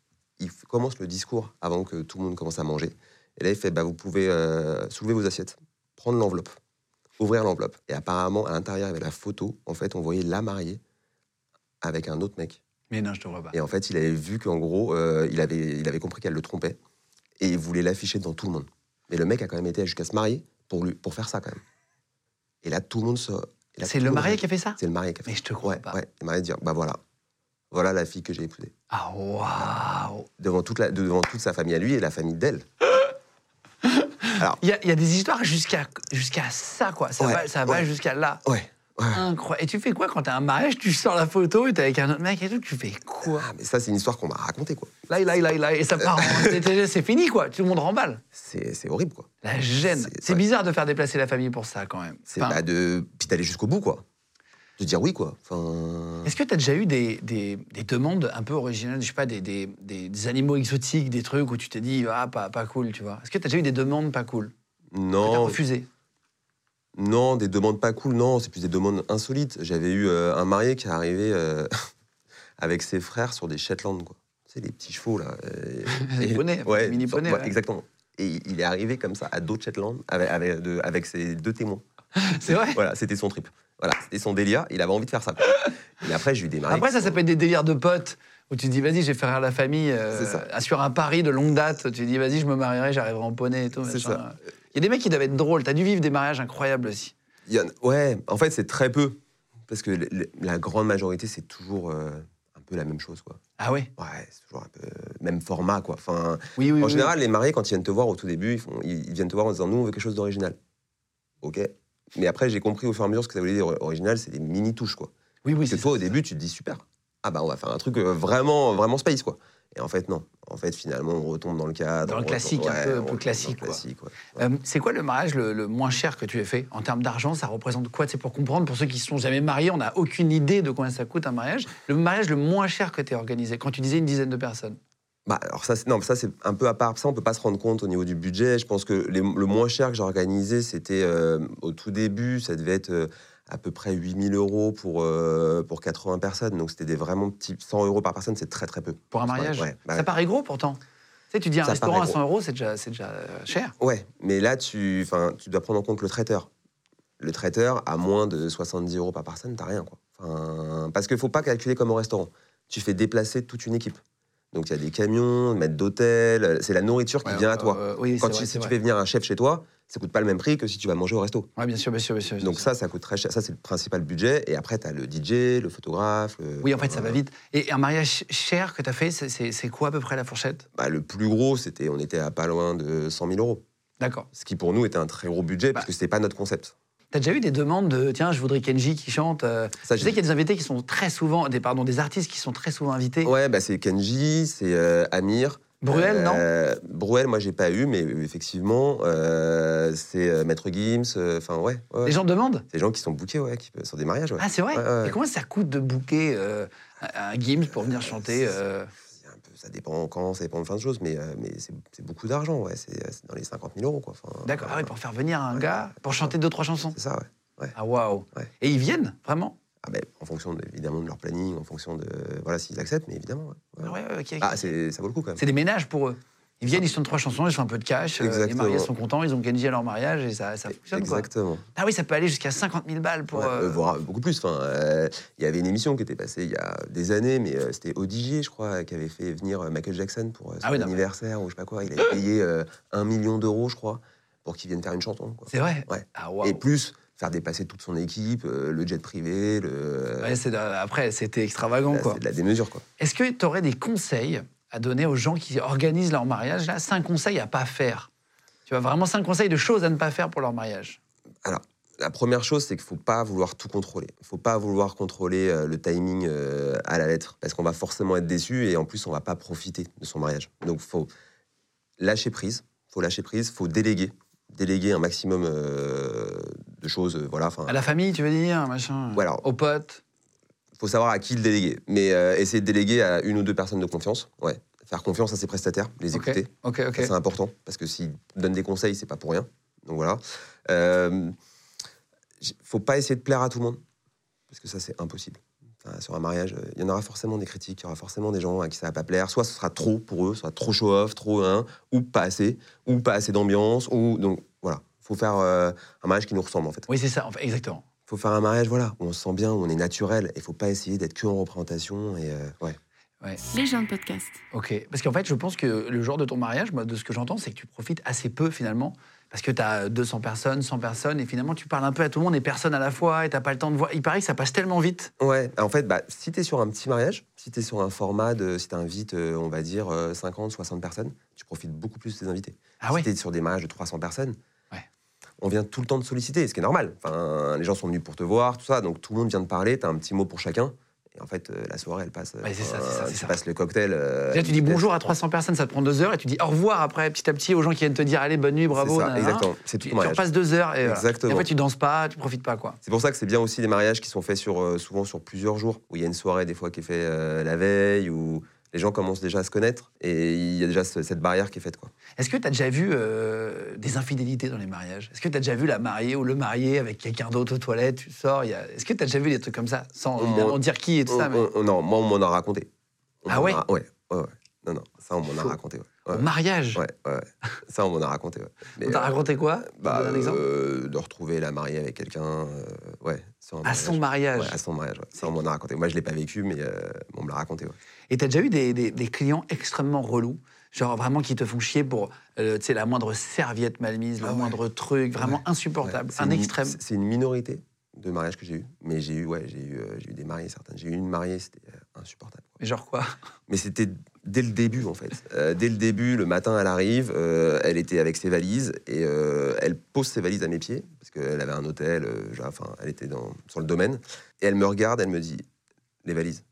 Speaker 3: Il f- commence le discours avant que tout le monde commence à manger. Et là, il fait, bah, vous pouvez euh, soulever vos assiettes, prendre l'enveloppe ouvrir l'enveloppe. Et apparemment, à l'intérieur, il y avait la photo. En fait, on voyait la mariée avec un autre mec.
Speaker 4: Mais non, je te vois pas.
Speaker 3: Et en fait, il avait vu qu'en gros, euh, il, avait, il avait compris qu'elle le trompait. Et il voulait l'afficher devant tout le monde. Mais le mec a quand même été jusqu'à se marier pour, lui, pour faire ça, quand même. Et là, tout le monde se. et là,
Speaker 4: C'est
Speaker 3: tout
Speaker 4: le
Speaker 3: monde
Speaker 4: marié
Speaker 3: réagit.
Speaker 4: qui a fait ça
Speaker 3: C'est le marié qui a fait
Speaker 4: Mais je te
Speaker 3: ça.
Speaker 4: crois
Speaker 3: ouais,
Speaker 4: pas.
Speaker 3: ouais. Le marié dit Bah voilà, Voilà la fille que j'ai épousée.
Speaker 4: Ah, waouh
Speaker 3: Devant toute, la, devant toute sa famille à lui et la famille d'elle.
Speaker 4: Il y, a- il y a des histoires jusqu'à jusqu'à ça, quoi. Ça
Speaker 3: Ouais,
Speaker 4: va, ça va
Speaker 3: ouais.
Speaker 4: jusqu'à là.
Speaker 3: Ouais. ouais.
Speaker 4: Incroyable. Et tu fais quoi quand t'as un mariage Tu sors la photo et t'es avec un autre mec et tout. Tu fais quoi
Speaker 3: Ah, mais ça, c'est une histoire qu'on m'a racontée, quoi.
Speaker 4: Là, là, là, là. Et ça part en TTG, C'est fini, quoi. Tout le monde remballe.
Speaker 3: C'est c'est horrible, quoi.
Speaker 4: La gêne.
Speaker 3: C'est-
Speaker 4: C'est
Speaker 3: ouais.
Speaker 4: bizarre de faire déplacer la famille pour ça, quand même.
Speaker 3: C'est
Speaker 4: Enfin,
Speaker 3: bah, de. Puis d'aller jusqu'au bout, quoi. De dire oui, quoi. Enfin.
Speaker 4: Est-ce que t'as déjà eu des, des- des demandes un peu originales Je sais pas, des, des- des- des animaux exotiques, des trucs où tu t'es dit, ah, pas, pas cool, tu vois. Est-ce que t'as déjà eu des demandes pas cool que T'as
Speaker 3: Non,
Speaker 4: refusé
Speaker 3: non, des demandes pas cool, non, c'est plus des demandes insolites. J'avais eu euh, un marié qui est arrivé euh, avec ses frères sur des Shetland, quoi. C'est les petits chevaux, là. euh,
Speaker 4: Des
Speaker 3: et-
Speaker 4: poneys,
Speaker 3: ouais,
Speaker 4: des mini
Speaker 3: sur-
Speaker 4: poneys,
Speaker 3: ouais,
Speaker 4: ouais.
Speaker 3: Exactement. Et il est arrivé comme ça à d'autres Shetland avec, avec, de- avec ses deux témoins.
Speaker 4: C'est vrai
Speaker 3: Voilà, c'était son trip. Voilà, c'était son délire. Il avait envie de faire ça. quoi. Et après, j'ai eu des mariés.
Speaker 4: Après,
Speaker 3: qui
Speaker 4: ça
Speaker 3: sont-
Speaker 4: s'appelle des délires de potes où tu te dis, vas-y, je vais faire rire la famille. euh,
Speaker 3: C'est ça.
Speaker 4: Sur un pari de longue date, tu te dis, vas-y, je me marierai, j'arriverai en poney et tout.
Speaker 3: C'est
Speaker 4: machin.
Speaker 3: ça.
Speaker 4: Il y a des mecs qui doivent être drôles. T'as dû vivre des mariages incroyables aussi.
Speaker 3: Il y en- ouais, en fait, c'est très peu. Parce que le- le- la grande majorité, c'est toujours euh, un peu la même chose, quoi.
Speaker 4: Ah ouais
Speaker 3: Ouais, c'est toujours un peu le même format, quoi. Enfin,
Speaker 4: Oui, oui.
Speaker 3: en
Speaker 4: oui.
Speaker 3: général, les mariés, quand ils viennent te voir au tout début, ils, font- ils- ils viennent te voir en disant Nous, on veut quelque chose d'original. Ok Mais après, j'ai compris au fur et à mesure ce que ça voulait dire euh, original, c'est des mini-touches, quoi.
Speaker 4: Oui, oui,
Speaker 3: Parce
Speaker 4: c'est
Speaker 3: que toi, au début, tu te dis Super. Ah bah, on va faire un truc euh, vraiment, vraiment space, quoi. Et en fait, non. En fait, finalement, on retombe dans le cadre.
Speaker 4: Dans le
Speaker 3: on retombe-
Speaker 4: classique, un peu-
Speaker 3: on
Speaker 4: peu
Speaker 3: retombe dans le
Speaker 4: classique, quoi.
Speaker 3: classique, ouais.
Speaker 4: Euh, c'est quoi le mariage le, le moins cher que tu aies fait En termes d'argent, ça représente quoi C'est pour comprendre, pour ceux qui ne sont jamais mariés, on n'a aucune idée de combien ça coûte un mariage. Le mariage le moins cher que tu as organisé, quand tu disais une dizaine de personnes.
Speaker 3: Bah, alors ça, c'est- non, mais ça c'est un peu à part. Ça, on peut pas se rendre compte au niveau du budget. Je pense que les- le moins cher que j'ai organisé, c'était euh, au tout début, ça devait être euh, à peu près 8000 euros pour, euh, pour 80 personnes. Donc c'était des vraiment petits 100 euros par personne, c'est très très peu.
Speaker 4: Pour un mariage
Speaker 3: Ouais, bah,
Speaker 4: Ça paraît gros pourtant. Tu sais, tu dis un
Speaker 3: Ça
Speaker 4: restaurant
Speaker 3: paraît
Speaker 4: à
Speaker 3: gros.
Speaker 4: 100 euros, c'est déjà, c'est déjà euh, cher.
Speaker 3: ouais. mais là tu, 'fin, tu dois prendre en compte le traiteur. Le traiteur, à moins de 70 euros par personne, t'as rien quoi. 'Fin, parce qu'il faut pas calculer comme au restaurant. Tu fais déplacer toute une équipe. Donc il y a des camions, maîtres d'hôtel, euh, c'est la nourriture qui
Speaker 4: Ouais,
Speaker 3: vient
Speaker 4: euh,
Speaker 3: à toi.
Speaker 4: euh, oui,
Speaker 3: Quand
Speaker 4: c'est
Speaker 3: tu-
Speaker 4: vrai,
Speaker 3: si
Speaker 4: c'est
Speaker 3: tu
Speaker 4: vrai.
Speaker 3: fais venir un chef chez toi, ça coûte pas le même prix que si tu vas manger au resto.
Speaker 4: Ouais, bien sûr, bien sûr, bien sûr. bien
Speaker 3: Donc
Speaker 4: sûr.
Speaker 3: ça, ça coûte très cher. Ça, c'est le principal budget. Et après, tu as le DJ, le photographe. le-
Speaker 4: Oui, en fait, ça va
Speaker 3: euh,
Speaker 4: vite. Et un mariage cher que tu as fait, c'est- c'est c'est quoi à peu près la fourchette
Speaker 3: bah, le plus gros, c'était, on était à pas loin de 100 000 euros.
Speaker 4: D'accord.
Speaker 3: Ce qui, pour nous, était un très gros budget,
Speaker 4: Bah
Speaker 3: parce que c'était pas notre concept.
Speaker 4: T'as déjà eu des demandes de tiens, je voudrais Kenji qui chante. euh,
Speaker 3: Ça,
Speaker 4: je
Speaker 3: Ah, j'ai-
Speaker 4: sais qu'il y a des invités qui sont très souvent, des, pardon, des artistes qui sont très souvent invités.
Speaker 3: Ouais, bah, c'est Kenji, c'est euh, Amir.
Speaker 4: Bruel,
Speaker 3: Euh, Bruel, moi, j'ai pas eu, mais euh, effectivement, euh, c'est euh, Maître Gims. euh, Enfin, ouais. ouais, ouais.
Speaker 4: Les gens demandent
Speaker 3: C'est des gens qui sont bookés, ouais, qui, sur des mariages, ouais.
Speaker 4: Ah, c'est vrai
Speaker 3: Ouais, ouais.
Speaker 4: Et comment ça coûte de booker euh, un un Gims pour venir chanter
Speaker 3: c'est-
Speaker 4: euh,
Speaker 3: C'est un peu- ça dépend quand, ça dépend de plein de choses, mais, euh, mais c'est c'est beaucoup d'argent, ouais. C'est c'est dans les 50 000 euros, quoi. Enfin,
Speaker 4: D'accord, ah
Speaker 3: euh,
Speaker 4: oui, pour faire venir un
Speaker 3: ouais.
Speaker 4: gars, pour chanter deux, trois chansons.
Speaker 3: C'est ça, ouais.
Speaker 4: Ah, waouh
Speaker 3: Ouais.
Speaker 4: Et ils viennent, vraiment
Speaker 3: Ah ben, en fonction de- évidemment de leur planning, en fonction de voilà s'ils acceptent, mais évidemment. ouais. Ouais.
Speaker 4: Ah ouais, ouais, ok, ok.
Speaker 3: Ah, c'est- ça vaut le coup quand même.
Speaker 4: C'est des ménages pour eux. Ils viennent, ils chantent trois chansons, ils font un peu de cash, euh, les
Speaker 3: Exactement.
Speaker 4: mariés sont contents, ils ont Kenji à leur mariage et ça, ça fonctionne quoi.
Speaker 3: Exactement.
Speaker 4: Ah oui, ça peut aller jusqu'à 50 000 balles pour.
Speaker 3: Ouais,
Speaker 4: euh,
Speaker 3: euh, voire beaucoup plus. Enfin, euh, il y avait une émission qui était passée il y a des années, mais euh, c'était ODJ, je crois, qui avait fait venir euh, Michael Jackson pour euh, son
Speaker 4: Ah oui, non, mais-
Speaker 3: anniversaire ou je sais pas quoi. Il avait payé euh, un million d'euros, je crois, pour qu'il vienne faire une chanson. quoi.
Speaker 4: C'est vrai
Speaker 3: Ouais.
Speaker 4: Ah, waouh
Speaker 3: Et plus faire dépasser toute son équipe, euh, le jet privé, le.
Speaker 4: Ouais, c'est de- après, c'était extravagant,
Speaker 3: euh, Là,
Speaker 4: quoi.
Speaker 3: c'est de la démesure, quoi.
Speaker 4: Est-ce que tu aurais des conseils à donner aux gens qui organisent leur mariage, là Cinq conseils à pas faire. Tu vois, vraiment cinq conseils de choses à ne pas faire pour leur mariage.
Speaker 3: Alors, la première chose, c'est qu'il faut pas vouloir tout contrôler. Il faut pas vouloir contrôler euh, le timing euh, à la lettre, parce qu'on va forcément être déçu et en plus, on va pas profiter de son mariage. Donc, faut lâcher prise. Faut lâcher prise. Faut déléguer, déléguer un maximum euh, de choses. euh, voilà. Enfin,
Speaker 4: À la famille, tu veux dire, machin
Speaker 3: Voilà.
Speaker 4: Aux potes
Speaker 3: faut savoir à qui le déléguer, mais euh, essayer de déléguer à une ou deux personnes de confiance. Ouais. Faire confiance à ses prestataires, les
Speaker 4: Ok,
Speaker 3: écouter.
Speaker 4: Ok, ok.
Speaker 3: Ça, C'est important parce que s'ils donnent des conseils, c'est pas pour rien. Donc voilà. Euh, j- faut pas essayer de plaire à tout le monde parce que ça c'est impossible. Enfin, sur un mariage, euh, il y en aura forcément des critiques, il y aura forcément des gens à qui ça va pas plaire. Soit ce sera trop pour eux, soit trop show off, trop hein, ou pas assez, ou pas assez d'ambiance, ou donc voilà. Faut faire euh, un mariage qui nous ressemble en fait.
Speaker 4: Oui, c'est ça, en fait, exactement.
Speaker 3: Faut faire un mariage voilà où on se sent bien, où on est naturel. Et faut pas essayer d'être que en représentation et euh, ouais.
Speaker 4: Ouais.
Speaker 2: Les gens de podcast.
Speaker 4: Ok. Parce qu'en fait, je pense que le jour de ton mariage, moi, de ce que j'entends, c'est que tu profites assez peu finalement. Parce que tu as 200 personnes, 100 personnes, et finalement, tu parles un peu à tout le monde et personne à la fois, et t'as pas le temps de voir. Il paraît que ça passe tellement vite.
Speaker 3: Ouais, en fait, bah, si t'es sur un petit mariage, si t'es sur un format de. Si t'invites, euh, on va dire, euh, 50, 60 personnes, tu profites beaucoup plus de tes invités.
Speaker 4: Ah
Speaker 3: si
Speaker 4: ouais
Speaker 3: t'es sur des mariages de 300 personnes,
Speaker 4: Ouais.
Speaker 3: on vient tout le temps te solliciter, ce qui est normal. Enfin, les gens sont venus pour te voir, tout ça, donc tout le monde vient te parler, t'as un petit mot pour chacun. Et en fait, euh, la soirée, elle passe. euh,
Speaker 4: Ouais, c'est ça, c'est ça, c'est
Speaker 3: tu
Speaker 4: ça.
Speaker 3: passes le cocktail. euh,
Speaker 4: Déjà, tu dis bonjour à 300 personnes, ça te prend deux heures, et tu dis au revoir après, petit à petit, aux gens qui viennent te dire allez, bonne nuit, bravo.
Speaker 3: C'est ça,
Speaker 4: nanana.
Speaker 3: exactement. C'est tout
Speaker 4: Tu,
Speaker 3: le
Speaker 4: tu
Speaker 3: mariage.
Speaker 4: repasses deux heures, et, voilà.
Speaker 3: Exactement.
Speaker 4: et après, tu danses pas, tu profites pas, quoi.
Speaker 3: C'est pour ça que c'est bien aussi des mariages qui sont faits sur, euh, souvent sur plusieurs jours, où il y a une soirée des fois qui est faite euh, la veille, où les gens commencent déjà à se connaître, et il y a déjà ce- cette barrière qui est faite. Quoi.
Speaker 4: Est-ce que tu as déjà vu euh, des infidélités dans les mariages Est-ce que tu as déjà vu la mariée ou le marié avec quelqu'un d'autre aux toilettes Tu sors, il y a... est-ce que tu as déjà vu des trucs comme ça Sans
Speaker 3: On-
Speaker 4: évidemment dire qui et tout
Speaker 3: On-
Speaker 4: ça. Mais...
Speaker 3: on- on- non, moi, on m'en a raconté. On
Speaker 4: Ah
Speaker 3: m'en
Speaker 4: ouais
Speaker 3: a- ouais, ouais, ouais. Non, non, ça, on m'en a
Speaker 4: Chaud.
Speaker 3: raconté. Ouais,
Speaker 4: Au
Speaker 3: oh, ouais,
Speaker 4: mariage
Speaker 3: ouais, ouais, ouais. Ça, on m'en a raconté. Ouais. Mais,
Speaker 4: On t'a
Speaker 3: euh,
Speaker 4: raconté quoi
Speaker 3: bah,
Speaker 4: Donne un exemple.
Speaker 3: euh, De retrouver la mariée avec quelqu'un. euh, ouais, sur un
Speaker 4: À son mariage.
Speaker 3: Ouais, à son mariage, ouais. ça on m'en a raconté. Moi je l'ai pas vécu, mais euh, on me l'a raconté. ouais.
Speaker 4: Et t'as déjà eu des, des- des clients extrêmement relous, genre vraiment qui te font chier pour euh, tu sais, la moindre serviette mal mise, le
Speaker 3: Ah ouais.
Speaker 4: moindre truc, vraiment
Speaker 3: Ouais,
Speaker 4: insupportable,
Speaker 3: c'est
Speaker 4: un
Speaker 3: une-
Speaker 4: extrême.
Speaker 3: C'est c'est une minorité de mariages que j'ai eu, mais j'ai eu, ouais, j'ai eu, euh, j'ai eu des mariées certaines. J'ai eu une mariée, c'était euh, insupportable. quoi.
Speaker 4: Mais genre quoi
Speaker 3: Mais c'était dès le début en fait. Euh, dès le début, le matin, elle arrive, euh, elle était avec ses valises et euh, elle pose ses valises à mes pieds parce qu'elle avait un hôtel, euh, genre, enfin, elle était dans, sur le domaine et elle me regarde, elle me dit les valises.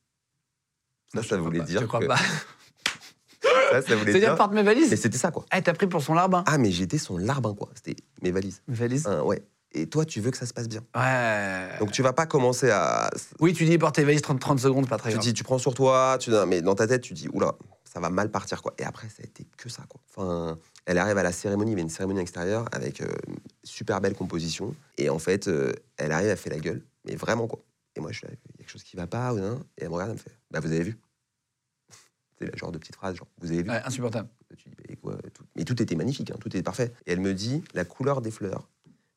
Speaker 3: Ça, ça voulait
Speaker 4: Je te
Speaker 3: dire
Speaker 4: crois
Speaker 3: que-
Speaker 4: pas.
Speaker 3: ça, ça voulait
Speaker 4: C'est-à-dire,
Speaker 3: dire.
Speaker 4: porte mes
Speaker 3: Mais
Speaker 4: valises
Speaker 3: c'était ça quoi.
Speaker 4: Eh, t'as pris pour son larbin
Speaker 3: Ah mais j'étais son larbin quoi. C'était mes valises.
Speaker 4: Mes valises
Speaker 3: Hein, ouais. Et toi, tu veux que ça se passe bien.
Speaker 4: Ouais.
Speaker 3: Ah. Donc tu vas pas commencer à.
Speaker 4: oui, tu dis porte tes valises 30, 30 secondes, pas très
Speaker 3: Tu
Speaker 4: grave.
Speaker 3: dis, tu prends sur toi, tu mais dans ta tête, tu dis, oula, ça va mal partir quoi. Et après, ça a été que ça quoi. Enfin, elle arrive à la cérémonie, il y avait une cérémonie extérieure avec euh, une super belle composition. Et en fait, euh, elle arrive, elle fait la gueule, mais vraiment quoi. Et moi, je suis là, il y a quelque chose qui va pas ou non Et elle me regarde, elle me fait, bah vous avez vu. C'est le genre de petite phrase, genre, vous avez vu.
Speaker 4: Ouais, insupportable.
Speaker 3: Tu dis, bah, et quoi, tout- Mais tout était magnifique, hein, tout était parfait. Et elle me dit, la couleur des fleurs,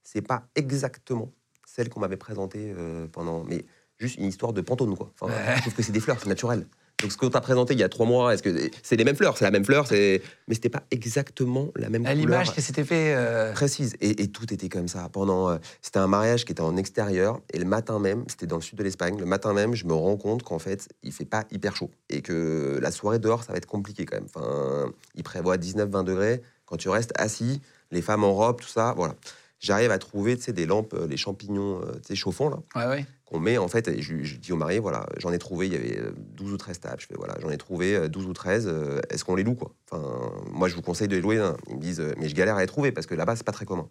Speaker 3: c'est pas exactement celle qu'on m'avait présentée euh, pendant. Mais juste une histoire de pantone, quoi. Enfin,
Speaker 4: Ouais.
Speaker 3: Je trouve que c'est des fleurs, c'est naturel. Donc ce qu'on t'a présenté il y a trois mois, est-ce que c'est les mêmes fleurs, c'est la même fleur, c'est. Mais c'était pas exactement la même
Speaker 4: À
Speaker 3: couleur
Speaker 4: l'image qui s'était fait. euh,
Speaker 3: précise. Et, et tout était comme ça. Pendant, euh, c'était un mariage qui était en extérieur. Et le matin même, c'était dans le sud de l'Espagne. Le matin même, je me rends compte qu'en fait, il fait pas hyper chaud et que la soirée dehors, ça va être compliqué quand même. Enfin, il prévoit 19-20 degrés. Quand tu restes assis, les femmes en robe, tout ça, voilà. J'arrive à trouver, tu sais, des lampes, euh, les champignons, euh, tu sais, chauffants là
Speaker 4: Ouais, ouais.
Speaker 3: qu'on met en fait, et je, je dis au marié, voilà, j'en ai trouvé, il y avait euh, 12 ou 13 tables, je fais voilà, j'en ai trouvé euh, 12 ou 13, euh, est-ce qu'on les loue quoi Enfin, moi je vous conseille de les louer, hein. ils me disent, euh, mais je galère à les trouver parce que là-bas c'est pas très commun.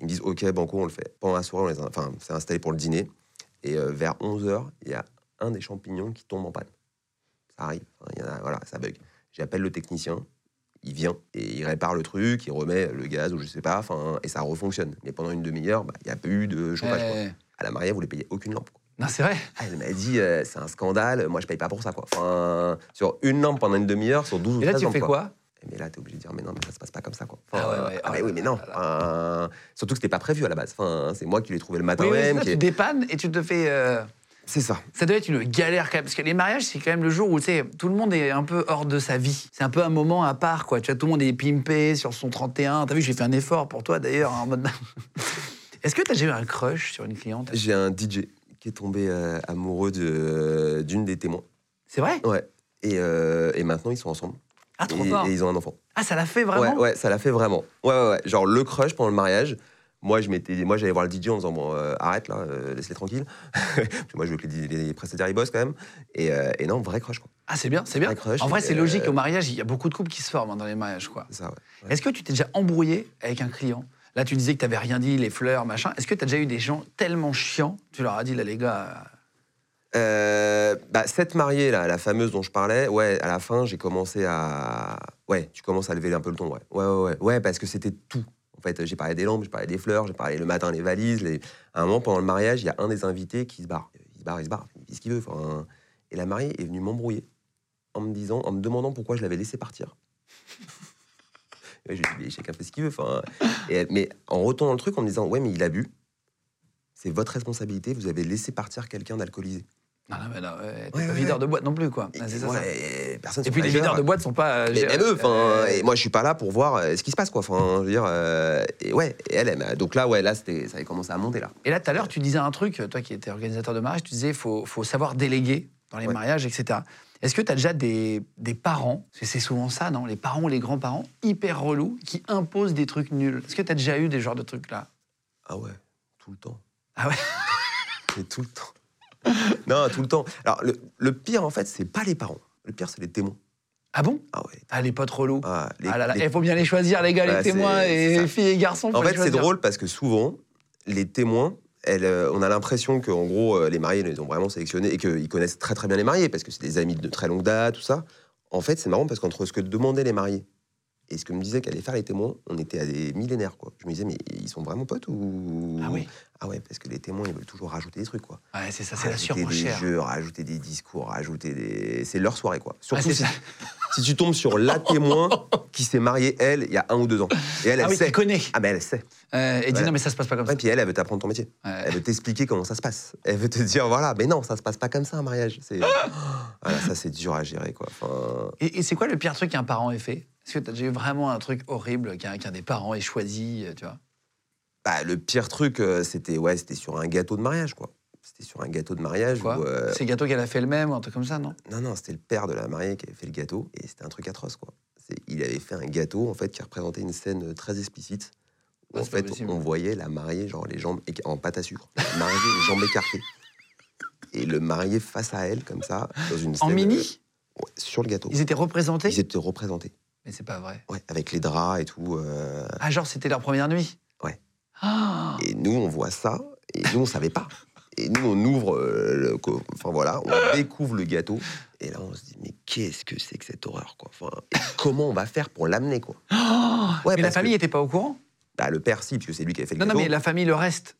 Speaker 3: Ils me disent, ok, banco, on le fait. Pendant la soirée, on les a- enfin, c'est installé pour le dîner, et euh, vers 11h, il y a un des champignons qui tombe en panne. Ça arrive, Enfin, il y en a- voilà, ça bug. J'appelle le technicien, il vient et il répare le truc, il remet le gaz ou je sais pas, enfin, et ça refonctionne. Mais pendant une demi-heure, bah, il n'y a pas eu de chauffage. quoi.
Speaker 4: Euh,
Speaker 3: À la mariée, vous voulez payer aucune lampe. quoi.
Speaker 4: Non, c'est vrai.
Speaker 3: Ah, Elle m'a dit, euh, c'est un scandale, moi je paye pas pour ça quoi. Enfin, sur une lampe pendant une demi-heure, sur 12 ou
Speaker 4: Et là,
Speaker 3: 13
Speaker 4: tu
Speaker 3: lampes,
Speaker 4: fais quoi
Speaker 3: Mais là, t'es obligé de dire, mais non, mais ça se passe pas comme ça quoi.
Speaker 4: Ah ouais,
Speaker 3: euh,
Speaker 4: ouais,
Speaker 3: ah,
Speaker 4: oh
Speaker 3: mais
Speaker 4: là
Speaker 3: oui, mais non.
Speaker 4: là
Speaker 3: Enfin, surtout que c'était pas prévu à la base. Enfin, c'est moi qui l'ai trouvé le matin
Speaker 4: Oui, oui, c'est
Speaker 3: même.
Speaker 4: ça,
Speaker 3: qui
Speaker 4: tu
Speaker 3: ai-
Speaker 4: dépannes et tu te fais. euh,
Speaker 3: C'est ça.
Speaker 4: Ça doit être une galère quand même, parce que les mariages, c'est quand même le jour où tu sais, tout le monde est un peu hors de sa vie. C'est un peu un moment à part, quoi. Tu vois, tout le monde est pimpé sur son 31. T'as vu, j'ai fait un effort pour toi d'ailleurs. en mode- Est-ce que t'as déjà eu un crush sur une cliente
Speaker 3: J'ai un DJ qui est tombé euh, amoureux de- d'une des témoins.
Speaker 4: C'est vrai
Speaker 3: Ouais. Et, euh, et maintenant, ils sont ensemble.
Speaker 4: Ah, trop
Speaker 3: et,
Speaker 4: fort.
Speaker 3: et ils ont un enfant.
Speaker 4: Ah, ça l'a fait vraiment
Speaker 3: ouais, ouais, ça l'a fait vraiment. Ouais, ouais, ouais. Genre le crush pendant le mariage. Moi, je m'étais, moi, j'allais voir le DJ en disant bon, euh, arrête là, euh, laisse-les tranquilles. Parce que moi, je veux que les, les prestataires ils bossent quand même. Et, euh, et non, vrai crush quoi.
Speaker 4: Ah, c'est bien, c'est bien.
Speaker 3: Un crush,
Speaker 4: en vrai, c'est
Speaker 3: euh,
Speaker 4: logique. Au mariage, il y a beaucoup de couples qui se forment hein, dans les mariages, quoi.
Speaker 3: C'est ça. Ouais. Ouais.
Speaker 4: Est-ce que tu t'es déjà embrouillé avec un client Là, tu disais que t'avais rien dit, les fleurs, machin. Est-ce que t'as déjà eu des gens tellement chiants Tu leur as dit, là, les gars. euh,
Speaker 3: Euh, bah, cette mariée là, la fameuse dont je parlais, ouais, à la fin, j'ai commencé à, ouais, tu commences à lever un peu le ton, ouais, ouais, ouais, ouais, Ouais, parce que c'était tout. En fait, j'ai parlé des lampes, j'ai parlé des fleurs, j'ai parlé le matin les valises. les- À un moment, pendant le mariage, il y a un des invités qui se barre. Il se barre, il se barre, il fait ce qu'il veut. enfin. Et la mariée est venue m'embrouiller en me disant, en me demandant pourquoi je l'avais laissé partir. Ouais, je lui ai dit, mais chacun fait ce qu'il veut. enfin. Et elle- mais en retournant le truc, en me disant, ouais, mais il a bu. C'est votre responsabilité, vous avez laissé partir quelqu'un d'alcoolisé.
Speaker 4: Non, non, mais non, euh, t'es
Speaker 3: Ouais,
Speaker 4: pas
Speaker 3: ouais,
Speaker 4: videur
Speaker 3: ouais.
Speaker 4: de boîte non plus, quoi.
Speaker 3: Et,
Speaker 4: Non, Ah, c'est ça,
Speaker 3: moi,
Speaker 4: ça.
Speaker 3: et personne
Speaker 4: Et
Speaker 3: sur
Speaker 4: puis les
Speaker 3: Tiger.
Speaker 4: videurs de boîte sont pas. euh,
Speaker 3: Mais
Speaker 4: gérés-
Speaker 3: même eux, enfin,
Speaker 4: euh,
Speaker 3: et moi je suis pas là pour voir euh, ce qui se passe quoi. Enfin, je veux dire, euh, et ouais, et elle, elle m'a- donc là ouais, là c'était, ça avait commencé à monter là.
Speaker 4: Et là, tout à l'heure, tu disais un truc, toi qui étais organisateur de mariage, tu disais faut, faut savoir déléguer dans les
Speaker 3: Ouais.
Speaker 4: mariages, etc. Est-ce que tu as déjà des, des parents, parce que c'est souvent ça, non Les parents ou les grands-parents, hyper relous, qui imposent des trucs nuls. Est-ce que tu as déjà eu des genres de trucs-là
Speaker 3: Ah ouais, tout le temps.
Speaker 4: Ah ouais
Speaker 3: Mais tout le temps. non, tout le temps. Alors le, le pire en fait, c'est pas les parents. Le pire c'est les témoins.
Speaker 4: Ah bon
Speaker 3: Ah ouais.
Speaker 4: Ah, les potes relous.
Speaker 3: Ah, les-
Speaker 4: Ah là là,
Speaker 3: les-
Speaker 4: il faut bien les choisir, les gars,
Speaker 3: Bah,
Speaker 4: les
Speaker 3: c'est-
Speaker 4: témoins,
Speaker 3: c'est
Speaker 4: et
Speaker 3: ça.
Speaker 4: filles et garçons. faut
Speaker 3: En
Speaker 4: les
Speaker 3: fait, c'est
Speaker 4: choisir.
Speaker 3: drôle parce que souvent, les témoins, elles, euh, on a l'impression qu'en gros, euh, les mariés les ont vraiment sélectionnés et qu'ils connaissent très très bien les mariés parce que c'est des amis de très longue date, tout ça. En fait, c'est marrant parce qu'entre ce que demandaient les mariés et ce que me disaient qu'allaient faire les témoins, on était à des millénaires, quoi. Je me disais, mais ils sont vraiment potes ou.
Speaker 4: Ah oui
Speaker 3: Ah ouais, parce que les témoins, ils veulent toujours rajouter des trucs, quoi.
Speaker 4: Ouais, c'est ça, c'est la
Speaker 3: Rajouter Ah, des
Speaker 4: surmochère.
Speaker 3: jeux, rajouter des discours, rajouter des. C'est leur soirée, quoi.
Speaker 4: Ah,
Speaker 3: Surtout
Speaker 4: c'est
Speaker 3: si,
Speaker 4: ça.
Speaker 3: si tu tombes sur la témoin qui s'est mariée, elle, il y a un ou deux ans. Et elle, elle
Speaker 4: Ah oui, tu
Speaker 3: sait.
Speaker 4: connais.
Speaker 3: Ah, mais elle sait.
Speaker 4: Euh, et dis
Speaker 3: Ouais.
Speaker 4: non, mais ça se passe pas comme ça.
Speaker 3: Et puis elle, elle veut t'apprendre ton métier.
Speaker 4: Ouais.
Speaker 3: Elle veut t'expliquer comment ça se passe. Elle veut te dire, voilà, mais non, ça se passe pas comme ça un mariage. C'est... voilà, ça c'est dur à gérer, quoi. Enfin,
Speaker 4: Et, et c'est quoi le pire truc qu'un parent ait fait Est-ce que t'as déjà eu vraiment un truc horrible qu'un qu'un des parents ait choisi, euh, tu vois
Speaker 3: bah, le pire truc, euh, c'était, ouais, c'était sur un gâteau de mariage, quoi. C'était sur un gâteau de mariage
Speaker 4: Quoi
Speaker 3: où... euh,
Speaker 4: C'est gâteau qu'elle a fait le même ou un truc comme ça, non
Speaker 3: Non, non, c'était le père de la mariée qui avait fait le gâteau, et c'était un truc atroce, quoi. C'est... Il avait fait un gâteau, en fait, qui représentait une scène euh, très explicite, où,
Speaker 4: Ah,
Speaker 3: en
Speaker 4: c'est pas
Speaker 3: fait,
Speaker 4: possible.
Speaker 3: on voyait la mariée, genre, les jambes éca- en pâte à sucre. La mariée, les jambes écartées. Et le marié face à elle, comme ça, dans une
Speaker 4: En
Speaker 3: scène, euh,
Speaker 4: mini
Speaker 3: Ouais, sur le gâteau.
Speaker 4: Ils étaient représentés
Speaker 3: Ils étaient représentés.
Speaker 4: Mais c'est pas vrai.
Speaker 3: Ouais, avec les draps et tout. euh,
Speaker 4: Ah, genre, c'était leur première nuit
Speaker 3: Ouais.
Speaker 4: Ah
Speaker 3: Et nous, on voit ça, et nous, on savait pas. Et nous, on ouvre euh, le. co- Enfin voilà, on découvre le gâteau. Et là, on se dit, mais qu'est-ce que c'est que cette horreur, quoi enfin, et Comment on va faire pour l'amener, quoi
Speaker 4: Oh
Speaker 3: Ouais,
Speaker 4: Mais la
Speaker 3: parce
Speaker 4: famille
Speaker 3: que-
Speaker 4: était pas au courant
Speaker 3: Bah, le père, si, puisque c'est lui qui avait fait le
Speaker 4: Non, non,
Speaker 3: gâteau.
Speaker 4: mais la famille, le reste.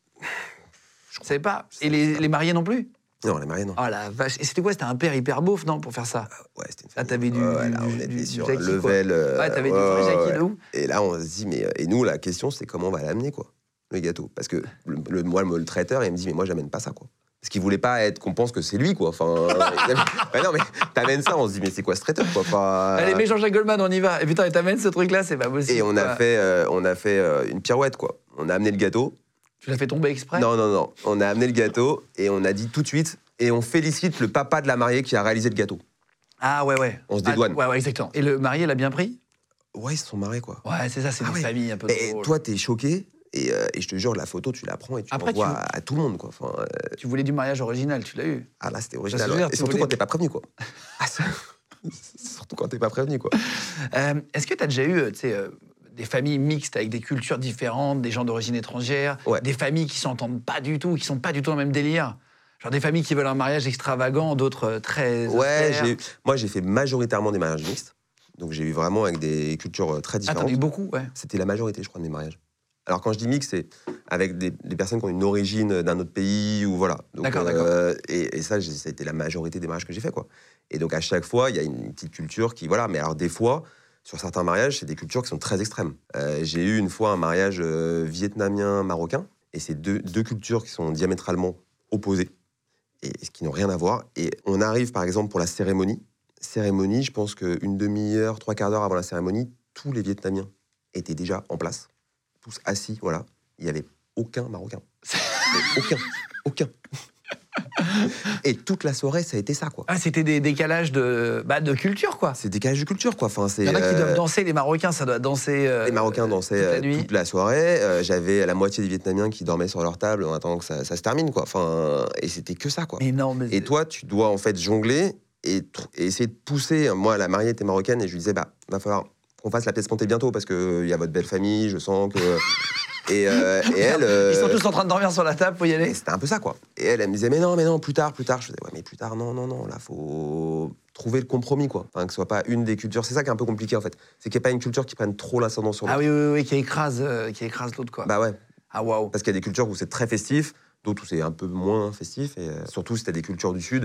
Speaker 4: Je savais pas.
Speaker 3: Je
Speaker 4: Et
Speaker 3: savais
Speaker 4: les,
Speaker 3: pas.
Speaker 4: les mariés non plus
Speaker 3: Non, la mariée, non.
Speaker 4: Oh la vache. Et c'était quoi C'était un père hyper beauf, non, pour faire ça
Speaker 3: Ouais, c'était une
Speaker 4: Ah, t'avais
Speaker 3: famille.
Speaker 4: du-
Speaker 3: Ouais, ouais, là,
Speaker 4: du-
Speaker 3: on
Speaker 4: du-
Speaker 3: était
Speaker 4: du
Speaker 3: sur
Speaker 4: Jackie,
Speaker 3: un level. euh,
Speaker 4: Ouais, t'avais du
Speaker 3: ouais,
Speaker 4: vrai
Speaker 3: ouais,
Speaker 4: Jackie de ouf.
Speaker 3: Et là, on se dit, mais. euh, Et nous, la question, c'est comment on va l'amener, quoi, le gâteau Parce que le, le- moi, le traiteur, il me dit, mais moi, j'amène pas ça, quoi. Parce qu'il voulait pas être qu'on pense que c'est lui, quoi. Enfin. euh, il amène- Ouais, non, mais t'amènes ça, on se dit, mais c'est quoi ce traiteur, quoi Enfin,
Speaker 4: Allez, mais Jean-Jacques Goldman, on y va. Et putain, et t'amènes ce truc-là, c'est pas possible.
Speaker 3: Et on a
Speaker 4: quoi.
Speaker 3: fait, euh, on a fait euh, une pirouette, quoi. On a amené le gâteau.
Speaker 4: Tu l'as fait tomber exprès
Speaker 3: Non, non, non. On a amené le gâteau et on a dit tout de suite. Et on félicite le papa de la mariée qui a réalisé le gâteau.
Speaker 4: Ah ouais, ouais.
Speaker 3: On se
Speaker 4: Ah,
Speaker 3: dédouane.
Speaker 4: ouais, ouais, exactement. Et le marié l'a bien pris
Speaker 3: Ouais, ils se sont marrés, quoi.
Speaker 4: Ouais, c'est ça, Oh, c'est
Speaker 3: Ah
Speaker 4: des
Speaker 3: ouais.
Speaker 4: familles un peu
Speaker 3: Et
Speaker 4: drôles.
Speaker 3: toi, t'es choqué. Et, euh, et je te jure, la photo, tu la prends et tu
Speaker 4: Après,
Speaker 3: l'envoies
Speaker 4: tu-
Speaker 3: à, à tout le monde, quoi. Enfin, euh,
Speaker 4: Tu voulais du mariage original, tu l'as eu.
Speaker 3: ah là, c'était
Speaker 4: Ça,
Speaker 3: original.
Speaker 4: c'est
Speaker 3: ouais.
Speaker 4: clair,
Speaker 3: Et
Speaker 4: tu
Speaker 3: surtout
Speaker 4: voulais-
Speaker 3: quand t'es pas prévenu, quoi. Ah, ça- surtout quand t'es pas prévenu, quoi.
Speaker 4: Euh, Est-ce que tu as déjà eu euh, tu sais, euh, des familles mixtes avec des cultures différentes, des gens d'origine étrangère,
Speaker 3: Ouais.
Speaker 4: des familles qui s'entendent pas du tout, qui sont pas du tout dans le même délire Genre des familles qui veulent un mariage extravagant, d'autres euh, très.
Speaker 3: Ouais,
Speaker 4: austères.
Speaker 3: j'ai- moi, j'ai fait majoritairement des mariages mixtes. Donc, j'ai eu vraiment avec des cultures euh,
Speaker 4: Ah,
Speaker 3: très
Speaker 4: t'en
Speaker 3: différentes.
Speaker 4: as eu beaucoup, ouais.
Speaker 3: C'était la majorité, je crois, de mes mariages. Alors quand je dis mix, c'est avec des, des personnes qui ont une origine euh, d'un autre pays ou voilà. Donc, euh,
Speaker 4: D'accord,
Speaker 3: Et, et ça, j'ai- ça a été la majorité des mariages que j'ai fait quoi. Et donc à chaque fois, il y a une petite culture qui voilà. Mais alors des fois, sur certains mariages, c'est des cultures qui sont très extrêmes. Euh, j'ai eu une fois un mariage euh, vietnamien marocain et c'est deux, deux cultures qui sont diamétralement opposées et ce qui n'ont rien à voir. Et on arrive par exemple pour la cérémonie. Cérémonie, je pense qu'une demi-heure, trois quarts d'heure avant la cérémonie, tous les Vietnamiens étaient déjà en place, tous assis, voilà. Il n'y avait aucun Marocain. Mais aucun, aucun. Et toute la soirée, ça a été ça, quoi.
Speaker 4: Ah, c'était des décalages de, bah, de culture, quoi.
Speaker 3: C'est décalage de culture, quoi. Enfin, c'est,
Speaker 4: Il y en a qui
Speaker 3: euh,
Speaker 4: doivent danser, les Marocains, ça doit danser. euh,
Speaker 3: les Marocains dansaient
Speaker 4: toute la
Speaker 3: euh,
Speaker 4: nuit.
Speaker 3: toute la soirée. Euh, j'avais la moitié des Vietnamiens qui dormaient sur leur table en attendant que ça, ça se termine, quoi. Enfin, et c'était que ça, quoi.
Speaker 4: Mais non, mais.
Speaker 3: Et toi, tu dois en fait jongler et, tr- et essayer de pousser. Moi, la mariée était marocaine et je lui disais, bah, va falloir qu'on fasse la pièce montée bientôt parce qu'il y a votre belle famille, je sens que. et, euh, et elle.
Speaker 4: Ils sont
Speaker 3: euh,
Speaker 4: tous en train de dormir sur la table, faut y aller.
Speaker 3: et c'était un peu ça, quoi. Et elle, elle me disait, mais non, mais non, plus tard, plus tard. Je faisais, ouais, mais plus tard, non, non, non, là, faut trouver le compromis, quoi. Enfin, que ce soit pas une des cultures. C'est ça qui est un peu compliqué, en fait. C'est qu'il n'y ait pas une culture qui prenne trop l'ascendant sur
Speaker 4: Ah
Speaker 3: l'autre.
Speaker 4: oui, oui, oui, qui écrase, euh, qui écrase l'autre, quoi.
Speaker 3: Bah ouais,
Speaker 4: ah waouh.
Speaker 3: parce qu'il y a des cultures où c'est très festif, d'autres où c'est un peu moins festif, et euh, surtout si t'as des cultures du Sud.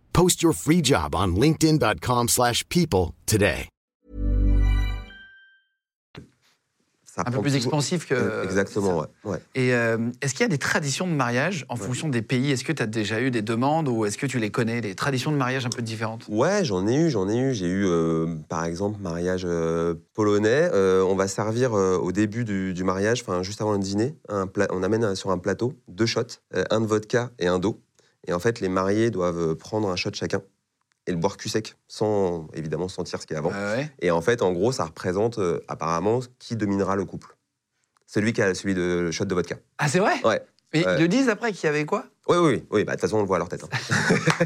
Speaker 1: Post your free job on linkedin.com/people slash people today.
Speaker 4: Un
Speaker 3: Ça
Speaker 4: peu
Speaker 3: prend
Speaker 4: plus
Speaker 3: toujours-
Speaker 4: expansif que.
Speaker 3: Exactement, ouais. ouais.
Speaker 4: Et euh, est-ce qu'il y a des traditions de mariage en fonction des pays Est-ce que tu as déjà eu des demandes ou est-ce que tu les connais, des traditions de mariage un peu différentes
Speaker 3: Ouais, j'en ai eu, j'en ai eu. J'ai eu, euh, par exemple, mariage euh, polonais. Euh, on va servir euh, au début du, du mariage, enfin juste avant le dîner, un pla- on amène euh, sur un plateau deux shots, euh, un de vodka et un d'eau. Et en fait, les mariés doivent euh, prendre un shot chacun et le boire cul sec, sans évidemment sentir ce qu'il y a avant.
Speaker 4: Ah ouais.
Speaker 3: Et en fait, en gros, ça représente euh, apparemment qui dominera le couple. Celui qui a celui de le shot de vodka.
Speaker 4: Ah, c'est vrai
Speaker 3: Ouais.
Speaker 4: Mais
Speaker 3: Ouais.
Speaker 4: ils le disent après qu'il y avait quoi
Speaker 3: Oui, oui, oui. oui, bah, de toute façon, on le voit à leur tête. hein.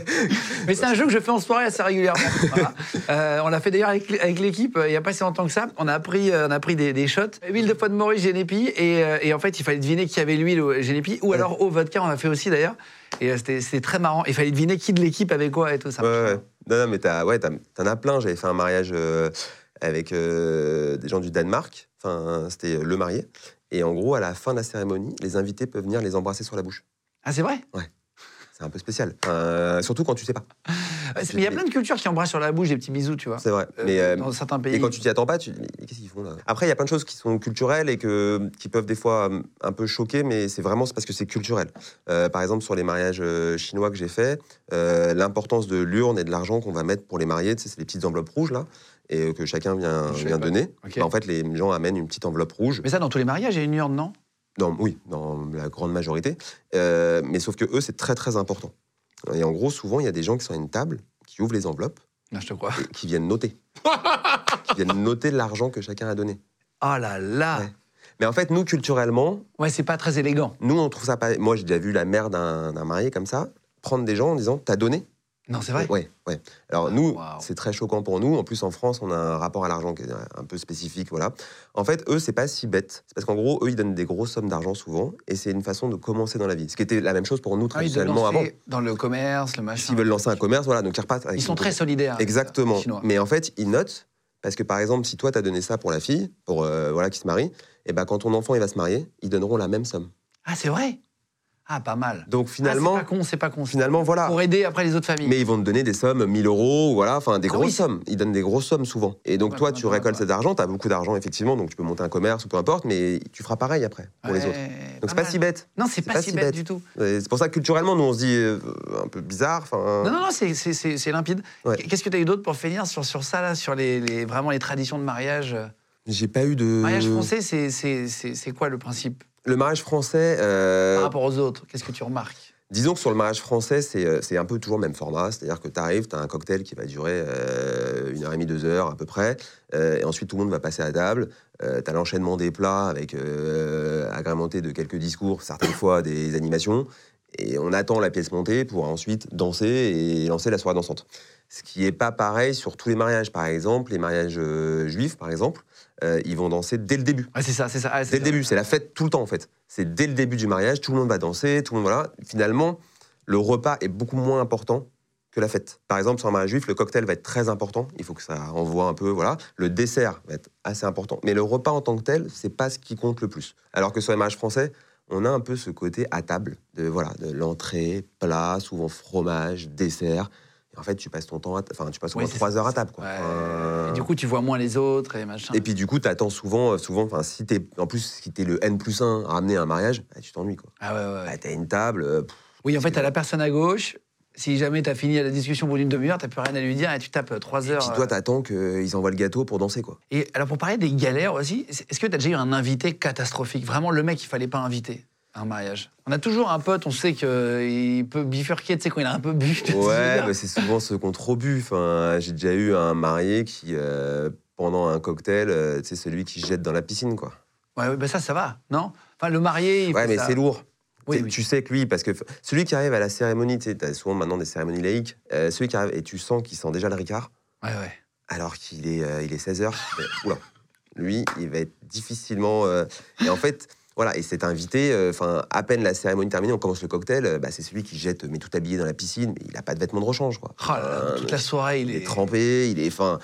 Speaker 4: Mais c'est un jeu que je fais en soirée assez régulièrement. Voilà. Euh, on l'a fait d'ailleurs avec, avec l'équipe euh, il n'y a pas si longtemps que ça. On a pris, euh, on a pris des, des shots. Huile de poids de Maurice, Génépi. Et, euh, et en fait, il fallait deviner qui avait l'huile euh, au Génépi. Ou alors au vodka, on l'a fait aussi d'ailleurs. Et euh, c'était c'était très marrant. Il fallait deviner qui de l'équipe avait quoi et tout ça.
Speaker 3: Ouais, ouais. Non, non, mais t'as, ouais, t'as- t'en as plein. J'avais fait un mariage euh, avec euh, des gens du Danemark. Enfin, c'était euh, le marié. Et en gros, à la fin de la cérémonie, les invités peuvent venir les embrasser sur la bouche.
Speaker 4: Ah, c'est vrai
Speaker 3: C'est un peu spécial. Enfin, surtout quand tu sais pas.
Speaker 4: Ouais, c'est- Mais il y a plein de cultures qui embrassent sur la bouche des petits bisous, tu vois.
Speaker 3: C'est vrai.
Speaker 4: Euh,
Speaker 3: mais, euh,
Speaker 4: dans certains pays.
Speaker 3: et quand tu t'y attends pas, tu te dis, mais qu'est-ce qu'ils font là Après, il y a plein de choses qui sont culturelles et que, qui peuvent des fois hum, un peu choquer, mais c'est vraiment c'est parce que c'est culturel. Euh, par exemple, sur les mariages euh, chinois que j'ai fait, euh, l'importance de l'urne et de l'argent qu'on va mettre pour les mariés, tu sais, c'est les petites enveloppes rouges là, et euh, que chacun vient,
Speaker 4: Je savais
Speaker 3: vient
Speaker 4: pas.
Speaker 3: donner.
Speaker 4: Ok.
Speaker 3: Bah, en fait, les gens amènent une petite enveloppe rouge.
Speaker 4: Mais ça, dans tous les mariages, il y a une urne, non
Speaker 3: Dans- oui, dans la grande majorité. Euh, mais sauf que eux, c'est très très important. Et en gros, souvent, il y a des gens qui sont à une table, qui ouvrent les enveloppes
Speaker 4: Non, je te crois.
Speaker 3: et qui viennent noter. qui viennent noter l'argent que chacun a donné.
Speaker 4: Oh là là Ouais,
Speaker 3: Ouais. Mais en fait, nous, culturellement,
Speaker 4: c'est pas très élégant.
Speaker 3: nous, on trouve ça pas. Moi, j'ai déjà vu la mère d'un d'un marié comme ça prendre des gens en disant T'as donné
Speaker 4: Non, c'est vrai Ah,
Speaker 3: Ouais, ouais. Alors, nous,
Speaker 4: waouh.
Speaker 3: c'est très choquant pour nous. En plus, en France, on a un rapport à l'argent qui est un peu spécifique. voilà. En fait, eux, c'est pas si bête. C'est parce qu'en gros, eux, ils donnent des grosses sommes d'argent souvent et c'est une façon de commencer dans la vie. Ce qui était la même chose pour nous
Speaker 4: Ah oui, de
Speaker 3: traditionnellement
Speaker 4: lancer
Speaker 3: avant.
Speaker 4: Dans le commerce, le machin.
Speaker 3: S'ils veulent lancer un commerce, voilà, donc ils repartent avec
Speaker 4: Ils sont
Speaker 3: une-
Speaker 4: très solidaires.
Speaker 3: Exactement.
Speaker 4: les Chinois.
Speaker 3: Mais en fait, ils notent parce que par exemple, si toi t'as donné ça pour la fille, pour euh, voilà qui se marie, et ben quand ton enfant il va se marier, ils donneront la même somme.
Speaker 4: Ah, c'est vrai Ah, pas mal.
Speaker 3: Donc finalement,
Speaker 4: Ah, c'est pas con, c'est pas con. ça.
Speaker 3: finalement voilà.
Speaker 4: Pour aider après les autres familles.
Speaker 3: Mais ils vont te donner des sommes, 1000 euros, voilà, enfin des
Speaker 4: Ah
Speaker 3: grosses
Speaker 4: oui.
Speaker 3: sommes. Ils donnent des grosses sommes souvent. Et donc
Speaker 4: Ouais,
Speaker 3: toi,
Speaker 4: ouais,
Speaker 3: tu
Speaker 4: ouais,
Speaker 3: récoltes
Speaker 4: ouais.
Speaker 3: cet argent, t'as beaucoup d'argent effectivement, donc tu peux monter un commerce ou peu importe, mais tu feras pareil après pour les
Speaker 4: Ouais,
Speaker 3: autres. Donc c'est pas
Speaker 4: mal.
Speaker 3: si bête.
Speaker 4: Non, c'est pas, si bête, du tout.
Speaker 3: Et C'est pour ça que culturellement, nous on se dit euh, un peu bizarre. enfin,
Speaker 4: Non, non, non, c'est- c'est c'est- c'est limpide.
Speaker 3: Ouais.
Speaker 4: Qu'est-ce que tu as eu d'autre pour finir sur, sur ça, là, sur les, les- vraiment les traditions de mariage
Speaker 3: J'ai pas eu de.
Speaker 4: Mariage français, c'est- c'est c'est- c'est quoi le principe
Speaker 3: Le mariage français. euh,
Speaker 4: par rapport aux autres Qu'est-ce que tu remarques
Speaker 3: Disons que sur le mariage français, c'est euh, c'est un peu toujours le même format. C'est-à-dire que tu arrives, tu as un cocktail qui va durer euh, une heure et demie, deux heures à peu près. Euh, et ensuite, tout le monde va passer à table. tu as l'enchaînement des plats avec euh, agrémenté de quelques discours, certaines fois des animations. Et on attend la pièce montée pour ensuite danser et lancer la soirée dansante. Ce qui n'est pas pareil sur tous les mariages. Par exemple, les mariages euh, juifs, par exemple, euh, ils vont danser dès le début.
Speaker 4: Ouais, C'est ça, Ah, c'est ça. ouais,
Speaker 3: Dès le début, c'est la fête tout le temps en fait. C'est dès le début du mariage, tout le monde va danser, tout le monde voilà. Finalement, le repas est beaucoup moins important que la fête. Par exemple, sur un mariage juif, le cocktail va être très important, il faut que ça envoie un peu, voilà. Le dessert va être assez important, mais le repas en tant que tel, c'est pas ce qui compte le plus. Alors que sur les mariages français, on a un peu ce côté à table de voilà, de l'entrée, plat, souvent fromage, dessert. Et en fait, tu passes ton temps, à t- enfin, tu passes au
Speaker 4: Ouais,
Speaker 3: moins
Speaker 4: c'est
Speaker 3: trois
Speaker 4: ça,
Speaker 3: heures à
Speaker 4: c'est-
Speaker 3: table. Quoi.
Speaker 4: ouais.
Speaker 3: Enfin,
Speaker 4: Et du coup, tu vois moins les autres et machin.
Speaker 3: hein. et puis du coup, t'attends souvent, euh, souvent, enfin, si t'es, en plus, si t'es le N plus 1 ramené à un mariage, bah, tu t'ennuies quoi.
Speaker 4: ah ouais, ouais, ouais.
Speaker 3: Bah, t'as une table, euh, pff,
Speaker 4: Oui, en fait, t'as la personne à gauche. Si jamais t'as fini la discussion au bout d'une demi-heure, t'as plus rien à lui dire et tu tapes euh, trois
Speaker 3: et
Speaker 4: heures.
Speaker 3: puis
Speaker 4: euh,
Speaker 3: toi, t'attends qu'ils envoient le gâteau pour danser quoi.
Speaker 4: Et alors, pour parler des galères aussi, c'est- est-ce que tu as déjà eu un invité catastrophique Vraiment, le mec, il fallait pas inviter à un mariage. On a toujours un pote, on sait qu'il peut bifurquer, tu sais, quand il a un peu bu. tu sais ce que je veux
Speaker 3: Ouais,
Speaker 4: dire
Speaker 3: mais c'est souvent ceux qui ont trop bu. Enfin, j'ai déjà eu un marié qui, euh, pendant un cocktail, euh, tu sais, celui qui se jette dans la piscine quoi.
Speaker 4: Ouais, ouais, bah ça, ça va, non Enfin, le marié, il
Speaker 3: Ouais,
Speaker 4: fait
Speaker 3: mais
Speaker 4: ça.
Speaker 3: c'est lourd.
Speaker 4: Oui,
Speaker 3: Tu-
Speaker 4: oui.
Speaker 3: Tu sais que lui, parce que f- celui qui arrive à la cérémonie, tu sais, t'as souvent maintenant des cérémonies laïques, euh, celui qui arrive et tu sens qu'il sent déjà le ricard.
Speaker 4: Ouais, ouais.
Speaker 3: alors qu'il est, euh, il est 16h. Oula, lui, il va être difficilement. euh, et en fait, voilà, et cet invité, euh, enfin, à peine la cérémonie terminée, on commence le cocktail, euh, bah, c'est celui qui jette, mais tout habillé dans la piscine, mais il n'a pas de vêtements de rechange, quoi.
Speaker 4: Oh là là,
Speaker 3: Euh,
Speaker 4: toute la soirée, il
Speaker 3: il
Speaker 4: est,
Speaker 3: est trempé, il est, enfin,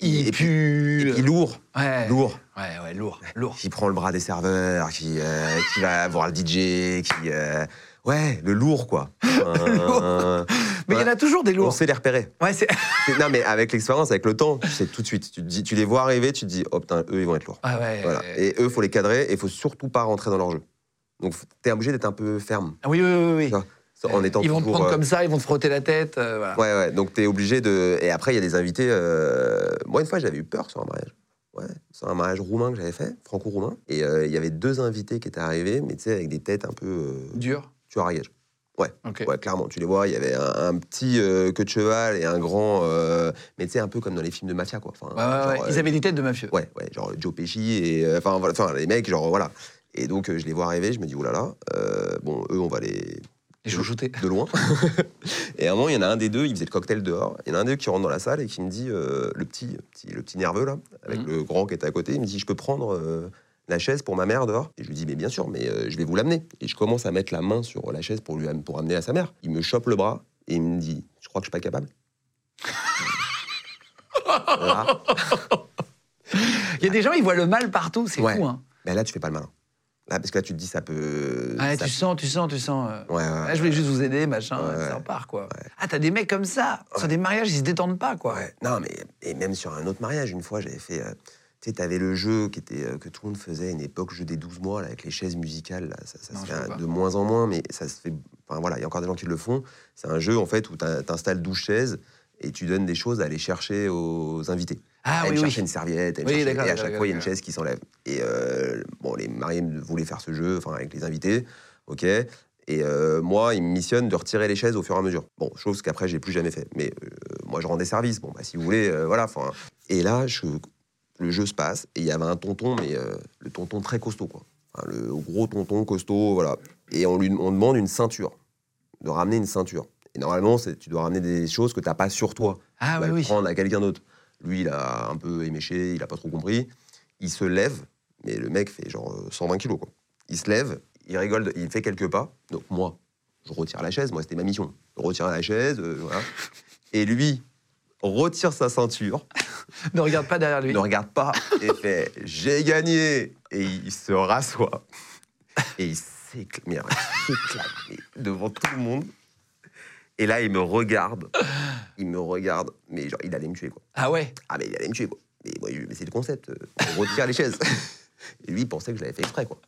Speaker 4: Il
Speaker 3: et puis-
Speaker 4: pue.
Speaker 3: et puis lourd,
Speaker 4: ouais.
Speaker 3: lourd,
Speaker 4: Ouais, ouais, lourd, lourd.
Speaker 3: qui prend le bras des serveurs, qui, euh, qui va voir le DJ, qui, euh, ouais, le lourd, quoi. Euh,
Speaker 4: Mais il y
Speaker 3: ouais.
Speaker 4: en a toujours des
Speaker 3: On
Speaker 4: lourds.
Speaker 3: sait les repérer.
Speaker 4: Ouais, c'est.
Speaker 3: C'est- Non, mais avec l'expérience, avec le temps, tu sais tout de suite. Tu, te dis, tu les vois arriver, tu te dis, oh putain, eux, ils vont être lourds.
Speaker 4: Ah ouais.
Speaker 3: Voilà. Et eux, faut les cadrer et faut surtout pas rentrer dans leur jeu. Donc, faut- t'es obligé d'être un peu ferme.
Speaker 4: Ah oui, oui, oui. oui.
Speaker 3: Ça, En étant
Speaker 4: ils vont te
Speaker 3: toujours,
Speaker 4: prendre
Speaker 3: euh,
Speaker 4: comme ça, ils vont te frotter la tête. euh, voilà.
Speaker 3: Ouais, ouais. Donc, t'es obligé de. Et après, il y a des invités. euh, Moi, une fois, j'avais eu peur sur un mariage. Ouais, sur un mariage roumain que j'avais fait, franco-roumain. Et euh, il y avait deux invités qui étaient arrivés, mais tu sais, avec des têtes un peu. euh,
Speaker 4: Dur.
Speaker 3: tu à gage. Ouais,
Speaker 4: Ok.
Speaker 3: ouais, clairement. Tu les vois, il y avait un, un petit euh, queue de cheval et un grand. euh, mais tu sais, un peu comme dans les films de mafia, quoi. Enfin,
Speaker 4: Ouais, ouais,
Speaker 3: genre,
Speaker 4: ouais.
Speaker 3: euh,
Speaker 4: Ils avaient des têtes de mafieux.
Speaker 3: Ouais, ouais, genre Joe Pesci et. euh, Enfin, voilà, enfin, les mecs, genre, voilà. Et donc, euh, je les vois arriver, je me dis, oh là là, euh, bon, eux, on va les.
Speaker 4: Les chouchoutés.
Speaker 3: De loin. et à un moment, il y en a un des deux, il faisait le cocktail dehors. Il y en a un des deux qui rentre dans la salle et qui me dit, euh, le, petit, petit- le petit nerveux, là, avec
Speaker 4: Mhm.
Speaker 3: le grand qui était à côté, il me dit, je peux prendre. euh, la chaise pour ma mère dehors. Et je lui dis, mais bien sûr, mais euh, je vais vous l'amener. Et je commence à mettre la main sur la chaise pour, lui, am- pour amener à sa mère. Il me chope le bras et il me dit, je crois que je suis pas capable. Là,
Speaker 4: Il y a des gens, ils voient le mal partout, c'est
Speaker 3: Ouais.
Speaker 4: fou. Hein.
Speaker 3: Ben là, tu fais pas le malin. Là, parce que là, tu te dis, ça peut.
Speaker 4: Ouais,
Speaker 3: ça-
Speaker 4: tu sens, tu sens, tu sens. euh,
Speaker 3: Ouais, ouais, ouais.
Speaker 4: ah, je voulais juste vous aider, machin,
Speaker 3: Ouais, ouais.
Speaker 4: ça repart quoi. Ah, t'as des mecs comme ça, sur des mariages, ils se détendent pas quoi.
Speaker 3: Ouais. Non, mais et même sur un autre mariage, une fois, j'avais fait. euh, tu sais, t'avais le jeu qui était, euh, que tout le monde faisait à une époque, jeu des 12 mois, là, avec les chaises musicales. là, ça ça
Speaker 4: Non,
Speaker 3: se
Speaker 4: je
Speaker 3: fait
Speaker 4: peux
Speaker 3: euh,
Speaker 4: pas.
Speaker 3: de moins en moins, mais ça se fait. Enfin, voilà, il y a encore des gens qui le font. C'est un jeu, en fait, où t'in- t'installes 12 chaises et tu donnes des choses à aller chercher aux invités.
Speaker 4: Ah
Speaker 3: elle
Speaker 4: oui,
Speaker 3: cherchait
Speaker 4: oui.
Speaker 3: une serviette, elle
Speaker 4: Oui,
Speaker 3: cherchait-
Speaker 4: d'accord,
Speaker 3: et à
Speaker 4: d'accord,
Speaker 3: chaque fois, il y a une
Speaker 4: d'accord.
Speaker 3: chaise qui s'enlève. Et euh, bon, les mariés me- voulaient faire ce jeu, enfin, avec les invités, ok. Et euh, moi, ils me missionnent de retirer les chaises au fur et à mesure. Bon, chose qu'après, j'ai plus jamais fait. Mais euh, moi, je rendais service. Bon, bah, si vous voulez, euh, voilà. enfin. Et là, je- le jeu se passe, et il y avait un tonton, mais euh, le tonton très costaud, quoi. Enfin, le gros tonton costaud, voilà. Et on lui on demande une ceinture, de ramener une ceinture. Et normalement, c'est- tu dois ramener des choses que tu n'as pas sur toi
Speaker 4: Ah oui,
Speaker 3: va le
Speaker 4: oui.
Speaker 3: prendre à quelqu'un d'autre. Lui, il a un peu éméché, il a pas trop compris. Il se lève, mais le mec fait genre euh, 120 kilos, quoi. Il se lève, il rigole, de- il fait quelques pas. Donc moi, je retire la chaise, moi, c'était ma mission. Je retire la chaise, euh, voilà. Et lui retire sa ceinture,
Speaker 4: Ne regarde pas derrière lui.
Speaker 3: ne regarde pas et fait « j'ai gagné !» Et il se rassoit. Et il s'éclate, mais il s'éclate, mais devant tout le monde. Et là, il me regarde, il me regarde, mais genre, il allait me tuer, quoi.
Speaker 4: Ah ouais.
Speaker 3: Ah, mais il allait me tuer, quoi. Mais, moi, je- mais c'est le concept. euh, On retire les chaises. Et lui, il pensait que je l'avais fait exprès, quoi.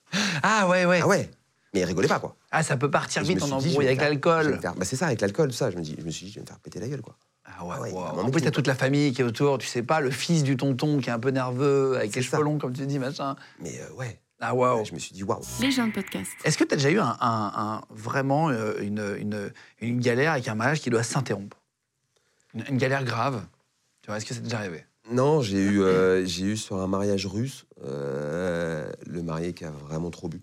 Speaker 4: Ah ouais, ouais.
Speaker 3: Ah ouais Mais rigolez pas, quoi.
Speaker 4: Ah, ça peut
Speaker 3: Et
Speaker 4: partir
Speaker 3: je me
Speaker 4: vite en
Speaker 3: suis dit, je vais
Speaker 4: embrouille
Speaker 3: me
Speaker 4: avec
Speaker 3: faire- je vais
Speaker 4: l'alcool.
Speaker 3: me faire- Bah, c'est ça, avec l'alcool, tout ça. Je me, dis, je me suis dit, je vais me faire péter la gueule, quoi.
Speaker 4: Ah ouais,
Speaker 3: Ah ouais,
Speaker 4: wow.
Speaker 3: vraiment,
Speaker 4: En plus,
Speaker 3: tout,
Speaker 4: t'as toute la famille qui est autour, tu sais pas, le fils du tonton qui est un peu nerveux, avec les
Speaker 3: C'est ça.
Speaker 4: cheveux longs, comme tu dis, machin.
Speaker 3: Mais euh, ouais.
Speaker 4: Ah waouh.
Speaker 3: Je me suis dit, waouh.
Speaker 2: Les gens de podcast.
Speaker 4: Est-ce que t'as déjà eu un, un- un- vraiment euh, une, une- une galère avec un mariage qui doit s'interrompre une, une galère grave Tu vois, est-ce que c'est déjà arrivé
Speaker 3: Non, j'ai eu, euh, j'ai eu sur un mariage russe euh, le marié qui a vraiment trop bu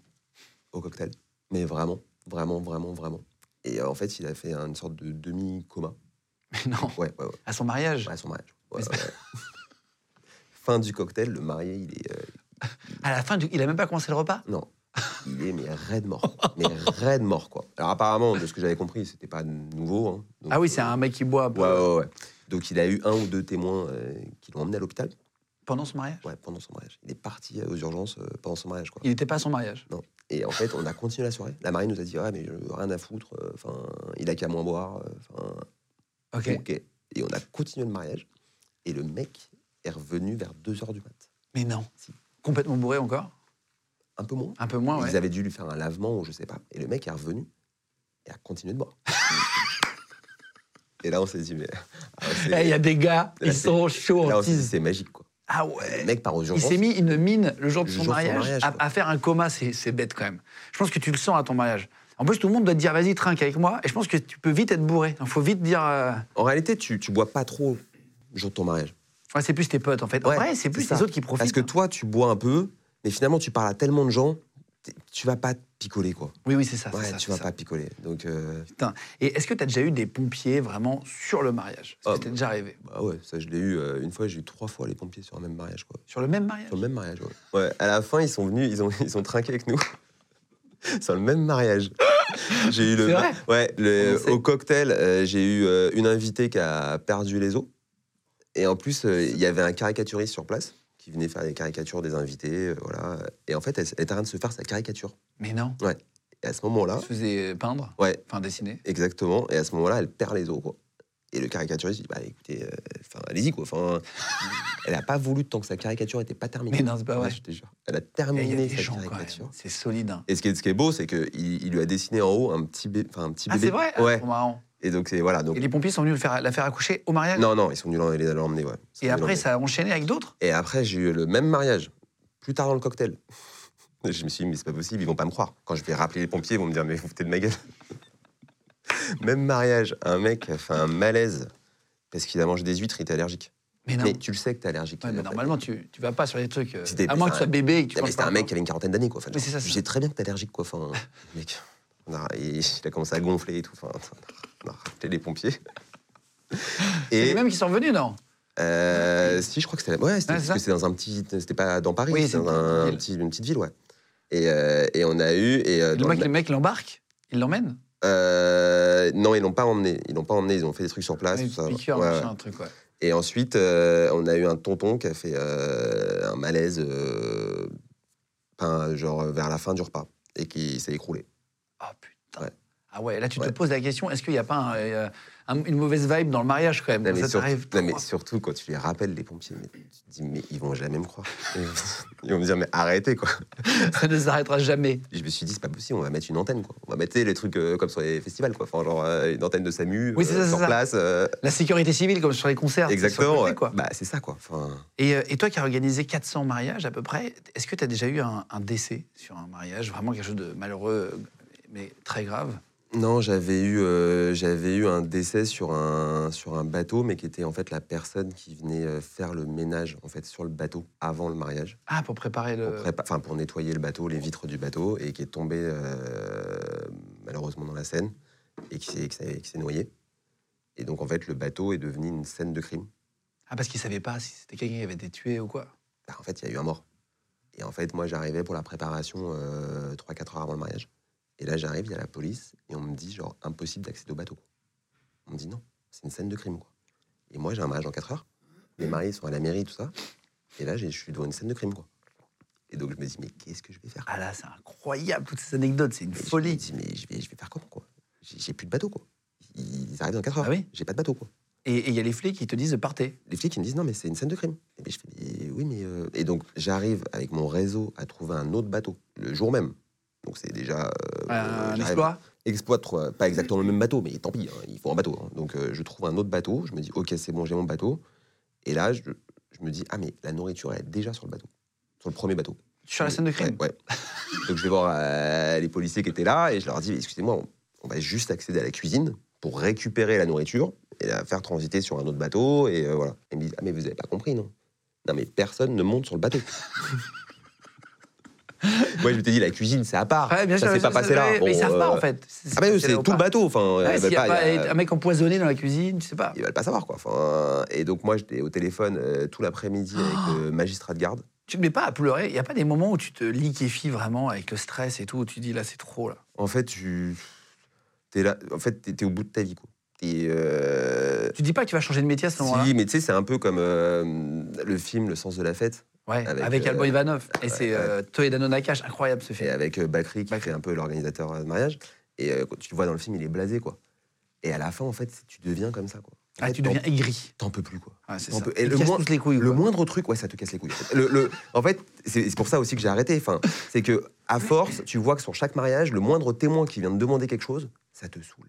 Speaker 3: au cocktail. Mais vraiment, vraiment, vraiment, vraiment. Et euh, en fait, il a fait une sorte de demi-coma.
Speaker 4: Mais non,
Speaker 3: Ouais, ouais, ouais.
Speaker 4: à son mariage
Speaker 3: Ouais, à son mariage. Ouais,
Speaker 4: Mais c'est-
Speaker 3: ouais. fin du cocktail, le marié, il est. euh,
Speaker 4: À la fin, du- il a même pas commencé le repas
Speaker 3: non. Il est, mais raide mort. Mais raide mort, quoi. Alors, apparemment, de ce que j'avais compris, c'était pas nouveau. hein. Donc,
Speaker 4: Ah oui, c'est
Speaker 3: euh,
Speaker 4: un mec qui boit un peu
Speaker 3: Ouais, ouais, ouais. Donc, il a eu un ou deux témoins euh, qui l'ont emmené à l'hôpital.
Speaker 4: pendant son mariage.
Speaker 3: Ouais, pendant son mariage. Il est parti aux urgences euh, pendant son mariage, quoi.
Speaker 4: Il n'était pas à son mariage.
Speaker 3: Non. Et en fait, on a continué la soirée. La marine nous a dit Ouais, mais je veux rien à foutre. euh, Enfin, il a qu'à moins boire. euh, Enfin,
Speaker 4: Ok.
Speaker 3: ok. Et on a continué le mariage. Et le mec est revenu vers 2 heures du mat.
Speaker 4: Mais non.
Speaker 3: Si.
Speaker 4: Complètement bourré encore
Speaker 3: Un peu moins.
Speaker 4: Un peu moins, Ah ouais.
Speaker 3: Ils avaient dû lui faire un lavement ou je sais pas. Et le mec est revenu et a continué de boire. et là, on s'est dit Mais. ah ouais, c'est-
Speaker 4: Eh, Il y a des gars,
Speaker 3: Là,
Speaker 4: ils
Speaker 3: c'est-
Speaker 4: sont chauds.
Speaker 3: là, on
Speaker 4: en
Speaker 3: s'est dit,
Speaker 4: tise.
Speaker 3: C'est magique, quoi.
Speaker 4: Ah
Speaker 3: Le
Speaker 4: ouais.
Speaker 3: mec part aux
Speaker 4: Il
Speaker 3: urgences.
Speaker 4: s'est mis une mine le jour de
Speaker 3: Le
Speaker 4: son
Speaker 3: jour de son
Speaker 4: mariage,
Speaker 3: mariage,
Speaker 4: à,
Speaker 3: quoi.
Speaker 4: à faire un coma, c'est c'est bête quand même. Je pense que tu le sens à ton mariage. En plus, tout le monde doit te dire vas-y, trinque avec moi. Et je pense que tu peux vite être bourré. Il faut vite dire. euh,
Speaker 3: En réalité, tu, tu bois pas trop le jour de ton mariage.
Speaker 4: Ouais, c'est plus tes potes en fait. Ouais, c'est plus
Speaker 3: ça.
Speaker 4: les autres qui profitent.
Speaker 3: Parce que toi, tu bois un peu, mais finalement, tu parles à tellement de gens, t'es- tu, tu vas pas te picoler, quoi.
Speaker 4: Oui, oui, Ah, c'est ça. c'est
Speaker 3: Ouais,
Speaker 4: ça,
Speaker 3: tu
Speaker 4: c'est
Speaker 3: vas
Speaker 4: ça.
Speaker 3: pas picoler. Donc, euh,
Speaker 4: Putain. Et est-ce que tu as déjà eu des pompiers vraiment sur le mariage Est-ce
Speaker 3: Oh.
Speaker 4: que t'es déjà arrivé
Speaker 3: bah ouais, ça, je l'ai eu euh, une fois, j'ai eu trois fois les pompiers sur un même mariage, quoi.
Speaker 4: Sur le même mariage
Speaker 3: Sur le même mariage, ouais. Ouais, à la fin, ils sont venus, ils ont, ils ont trinqué avec nous. sur le même mariage. J'ai eu le.
Speaker 4: C'est vrai
Speaker 3: ouais, le-
Speaker 4: Comment c'est
Speaker 3: au cocktail, euh, j'ai eu euh, une invitée qui a perdu les os. Et en plus, euh, il y avait un caricaturiste sur place qui venait faire des caricatures des invités, euh, voilà. Et en fait, elle, elle était en train de se faire sa caricature.
Speaker 4: Mais non.
Speaker 3: Et à ce moment-là,
Speaker 4: Tu se faisais peindre
Speaker 3: ouais,
Speaker 4: Enfin, dessiner
Speaker 3: Exactement. Et à ce moment-là, elle perd les os, quoi. Et le caricaturiste dit, bah écoutez, euh, enfin, allez-y, quoi. Enfin, elle n'a pas voulu tant que sa caricature n'était pas terminée.
Speaker 4: Mais non, c'est pas
Speaker 3: Ouais,
Speaker 4: vrai.
Speaker 3: je te jure. Elle a
Speaker 4: Eh, Il y a
Speaker 3: terminé
Speaker 4: des
Speaker 3: sa
Speaker 4: gens, quand même.
Speaker 3: caricature.
Speaker 4: C'est solide. hein.
Speaker 3: Et ce qui est, ce qui est beau, c'est qu'il il lui a dessiné en haut un petit, bé- enfin, un petit
Speaker 4: Ah,
Speaker 3: bébé.
Speaker 4: c'est vrai Ah,
Speaker 3: Ouais.
Speaker 4: trop marrant.
Speaker 3: Et donc, c'est voilà. Donc,
Speaker 4: Et les pompiers sont venus le faire, la faire accoucher au mariage
Speaker 3: Non, non, ils sont venus l'em- les- l'emmener, ouais. Ils
Speaker 4: Et
Speaker 3: sont venus
Speaker 4: après,
Speaker 3: l'emmener.
Speaker 4: ça a enchaîné avec d'autres
Speaker 3: Et après, j'ai eu le même mariage, plus tard dans le cocktail. Je me suis dit, mais c'est pas possible, ils vont pas me croire. Quand je vais rappeler les pompiers, ils vont me dire, mais vous vous foutez de ma gueule. même mariage, un mec qui a fait un malaise parce qu'il a mangé des huîtres, il était allergique.
Speaker 4: Mais non.
Speaker 3: Mais tu le sais que t'es allergique.
Speaker 4: Ouais, mais normalement, tu, tu vas pas sur les trucs. euh,
Speaker 3: C'était-
Speaker 4: à moins que tu
Speaker 3: c'est
Speaker 4: sois
Speaker 3: un-
Speaker 4: bébé et que tu
Speaker 3: Non, mais
Speaker 4: manges
Speaker 3: c'était
Speaker 4: pas
Speaker 3: un mec
Speaker 4: encore.
Speaker 3: qui avait une quarantaine d'années, quoi. Enfin,
Speaker 4: Mais c'est ça,
Speaker 3: je
Speaker 4: c'est
Speaker 3: sais très bien que t'es allergique, quoi. Enfin, mec, on a- et il a commencé à gonfler et tout. Enfin, on a rappelé les pompiers.
Speaker 4: C'est les
Speaker 3: Et
Speaker 4: mêmes qui sont venus, non
Speaker 3: Euh, si, je crois que c'était. Ouais, c'était
Speaker 4: Ouais, c'est
Speaker 3: parce
Speaker 4: Ah, ça.
Speaker 3: que c'était dans un petit. C'était pas dans Paris,
Speaker 4: Oui,
Speaker 3: c'était
Speaker 4: c'est
Speaker 3: dans
Speaker 4: une petite
Speaker 3: un- un petit- une petite ville, ouais. Et, euh, et on a eu. Et, euh,
Speaker 4: Et Le
Speaker 3: dans le
Speaker 4: mec, les
Speaker 3: ma-
Speaker 4: mecs l'embarquent Ils l'emmènent
Speaker 3: Euh, non, ils l'ont pas emmené. Ils l'ont pas emmené. Ils ont fait des trucs sur place.
Speaker 4: Avec
Speaker 3: tout Ah, ça.
Speaker 4: piqûre,
Speaker 3: Ouais, ouais.
Speaker 4: machin, un truc, ouais.
Speaker 3: Et ensuite, euh, on a eu un tonton qui a fait euh, un malaise, euh, enfin, genre euh, vers la fin du repas, et qui s'est écroulé.
Speaker 4: Ah putain.
Speaker 3: Ouais.
Speaker 4: Ah ouais, là tu te
Speaker 3: Ouais.
Speaker 4: poses la question, est-ce qu'il n'y a pas un, euh, un- une mauvaise vibe dans le mariage quand même
Speaker 3: Non,
Speaker 4: quand
Speaker 3: mais,
Speaker 4: Ça
Speaker 3: surtout-
Speaker 4: t'arrive
Speaker 3: non, mais surtout quand tu les rappelles, les pompiers, mais tu te dis, mais ils vont jamais me croire. Ils vont me dire, mais arrêtez, quoi.
Speaker 4: ça ne s'arrêtera jamais.
Speaker 3: je me suis dit, c'est pas possible, on va mettre une antenne, quoi. On va mettre tu sais, les trucs euh, comme sur les festivals, quoi. Enfin, genre euh, une antenne de SAMU
Speaker 4: Oui, c'est ça,
Speaker 3: euh,
Speaker 4: c'est
Speaker 3: sur
Speaker 4: ça.
Speaker 3: place. euh,
Speaker 4: La sécurité civile comme sur les concerts. c'est sur le
Speaker 3: exactement.
Speaker 4: côté,
Speaker 3: ouais.
Speaker 4: quoi.
Speaker 3: Bah, c'est ça, quoi. Enfin,
Speaker 4: Et, euh, et toi qui as organisé 400 mariages à peu près, est-ce que tu as déjà eu un, un décès sur un mariage Vraiment quelque chose de malheureux euh, mais très grave
Speaker 3: non, j'avais eu, euh, j'avais eu un décès sur un, sur un bateau, mais qui était en fait la personne qui venait euh, faire le ménage en fait sur le bateau avant le mariage,
Speaker 4: Ah, pour préparer le...
Speaker 3: pour, prépa- enfin, pour nettoyer le bateau, les vitres du bateau, et qui est tombé euh, malheureusement dans la Seine et qui s'est- qui s'est qui s'est noyé. Et donc en fait, le bateau est devenu une scène de crime.
Speaker 4: Ah, parce qu'ils ne savaient pas si c'était quelqu'un qui avait été tué ou quoi.
Speaker 3: Bah, en fait, il y a eu un mort. Et en fait, moi, j'arrivais pour la préparation euh, 3-4 heures avant le mariage. Et là, j'arrive, il y a la police, et on me dit, genre, impossible d'accéder au bateau. On me dit, non, c'est une scène de crime, quoi. Et moi, j'ai un mariage en 4 heures. Mes mariés sont à la mairie, tout ça. Et là, j'ai- je suis devant une scène de crime, quoi. Et donc, je me dis, mais qu'est-ce que je vais faire
Speaker 4: Ah là, c'est incroyable, toutes ces anecdotes, c'est une
Speaker 3: Et
Speaker 4: folie.
Speaker 3: Je me dis, mais je vais, je vais faire comment, quoi J'ai j'ai plus de bateau, quoi. Ils arrivent dans 4 heures.
Speaker 4: Ah oui
Speaker 3: J'ai pas de bateau, quoi.
Speaker 4: Et et il y a les flics qui te disent de partir.
Speaker 3: les flics ils me disent non mais c'est une scène de crime. Et puis, je fais mais oui mais euh, et donc j'arrive avec mon réseau à trouver un autre bateau le jour même. Donc c'est déjà euh,
Speaker 4: Un
Speaker 3: j'arrive-
Speaker 4: exploit
Speaker 3: Exploit de trouver- pas exactement le même bateau mais tant pis hein, il faut un bateau. hein. Donc euh, je trouve un autre bateau, je me dis OK c'est bon j'ai mon bateau et là je, je me dis ah mais la nourriture elle est déjà sur le bateau. Sur le premier bateau.
Speaker 4: Sur la scène de crime
Speaker 3: Ouais. ouais. Donc je vais voir euh, les policiers qui étaient là et je leur dis excusez-moi, on, on va juste accéder à la cuisine pour récupérer la nourriture et la faire transiter sur un autre bateau et euh, voilà. Ils me disent ah mais vous avez pas compris non Non mais personne ne monte sur le bateau. Moi je t'ai dit la cuisine c'est à part.
Speaker 4: Ouais, bien
Speaker 3: ça
Speaker 4: sûr,
Speaker 3: s'est
Speaker 4: mais
Speaker 3: pas passé là.
Speaker 4: Mais
Speaker 3: Bon,
Speaker 4: ils savent pas
Speaker 3: euh,
Speaker 4: en fait. C'est-
Speaker 3: Ah mais eux,
Speaker 4: là
Speaker 3: c'est
Speaker 4: ou
Speaker 3: tout le
Speaker 4: pas.
Speaker 3: bateau enfin.
Speaker 4: Ouais,
Speaker 3: euh,
Speaker 4: S'il n'y a
Speaker 3: pas-
Speaker 4: pas
Speaker 3: il y a-
Speaker 4: un mec empoisonné dans la cuisine, tu sais pas.
Speaker 3: ils veulent pas savoir quoi. Enfin, et donc moi j'étais au téléphone euh, tout l'après-midi
Speaker 4: Oh.
Speaker 3: avec le magistrat de garde.
Speaker 4: Tu ne mets pas à pleurer. Il n'y a pas des moments où tu te liquéfies vraiment avec le stress et tout, où tu dis là c'est trop là.
Speaker 3: En fait, tu es là, en fait, t'es- t'es au bout de ta vie, quoi. T'es, euh,
Speaker 4: Tu dis pas que tu vas changer de métier à ce moment-là
Speaker 3: Si, mais tu sais, c'est un peu comme euh, le film Le sens de la fête,
Speaker 4: Ouais, avec,
Speaker 3: avec, euh,
Speaker 4: Alban Ivanov. Et c'est
Speaker 3: ouais.
Speaker 4: euh, Toedano Nakash, incroyable ce
Speaker 3: et
Speaker 4: film. Ah,
Speaker 3: avec euh, Bakri, qui fait un peu l'organisateur euh, de mariage. Et euh, quand tu le vois dans le film, il est blasé, quoi. Et à la fin, en fait, c'est- tu deviens comme ça, quoi. En
Speaker 4: Ah,
Speaker 3: fait,
Speaker 4: tu
Speaker 3: t'en-
Speaker 4: deviens aigri.
Speaker 3: T'en peux plus, quoi.
Speaker 4: Ouais, c'est
Speaker 3: On
Speaker 4: ça.
Speaker 3: peut- et
Speaker 4: Tu
Speaker 3: le
Speaker 4: te casses
Speaker 3: moins-
Speaker 4: toutes les couilles.
Speaker 3: Le
Speaker 4: quoi.
Speaker 3: moindre truc, ouais, ça te casse les couilles. en fait. Le, le- en fait, c'est c'est pour ça aussi que j'ai arrêté. Enfin, c'est que à force, tu vois que sur chaque mariage, le moindre témoin qui vient te demander quelque chose, ça te saoule.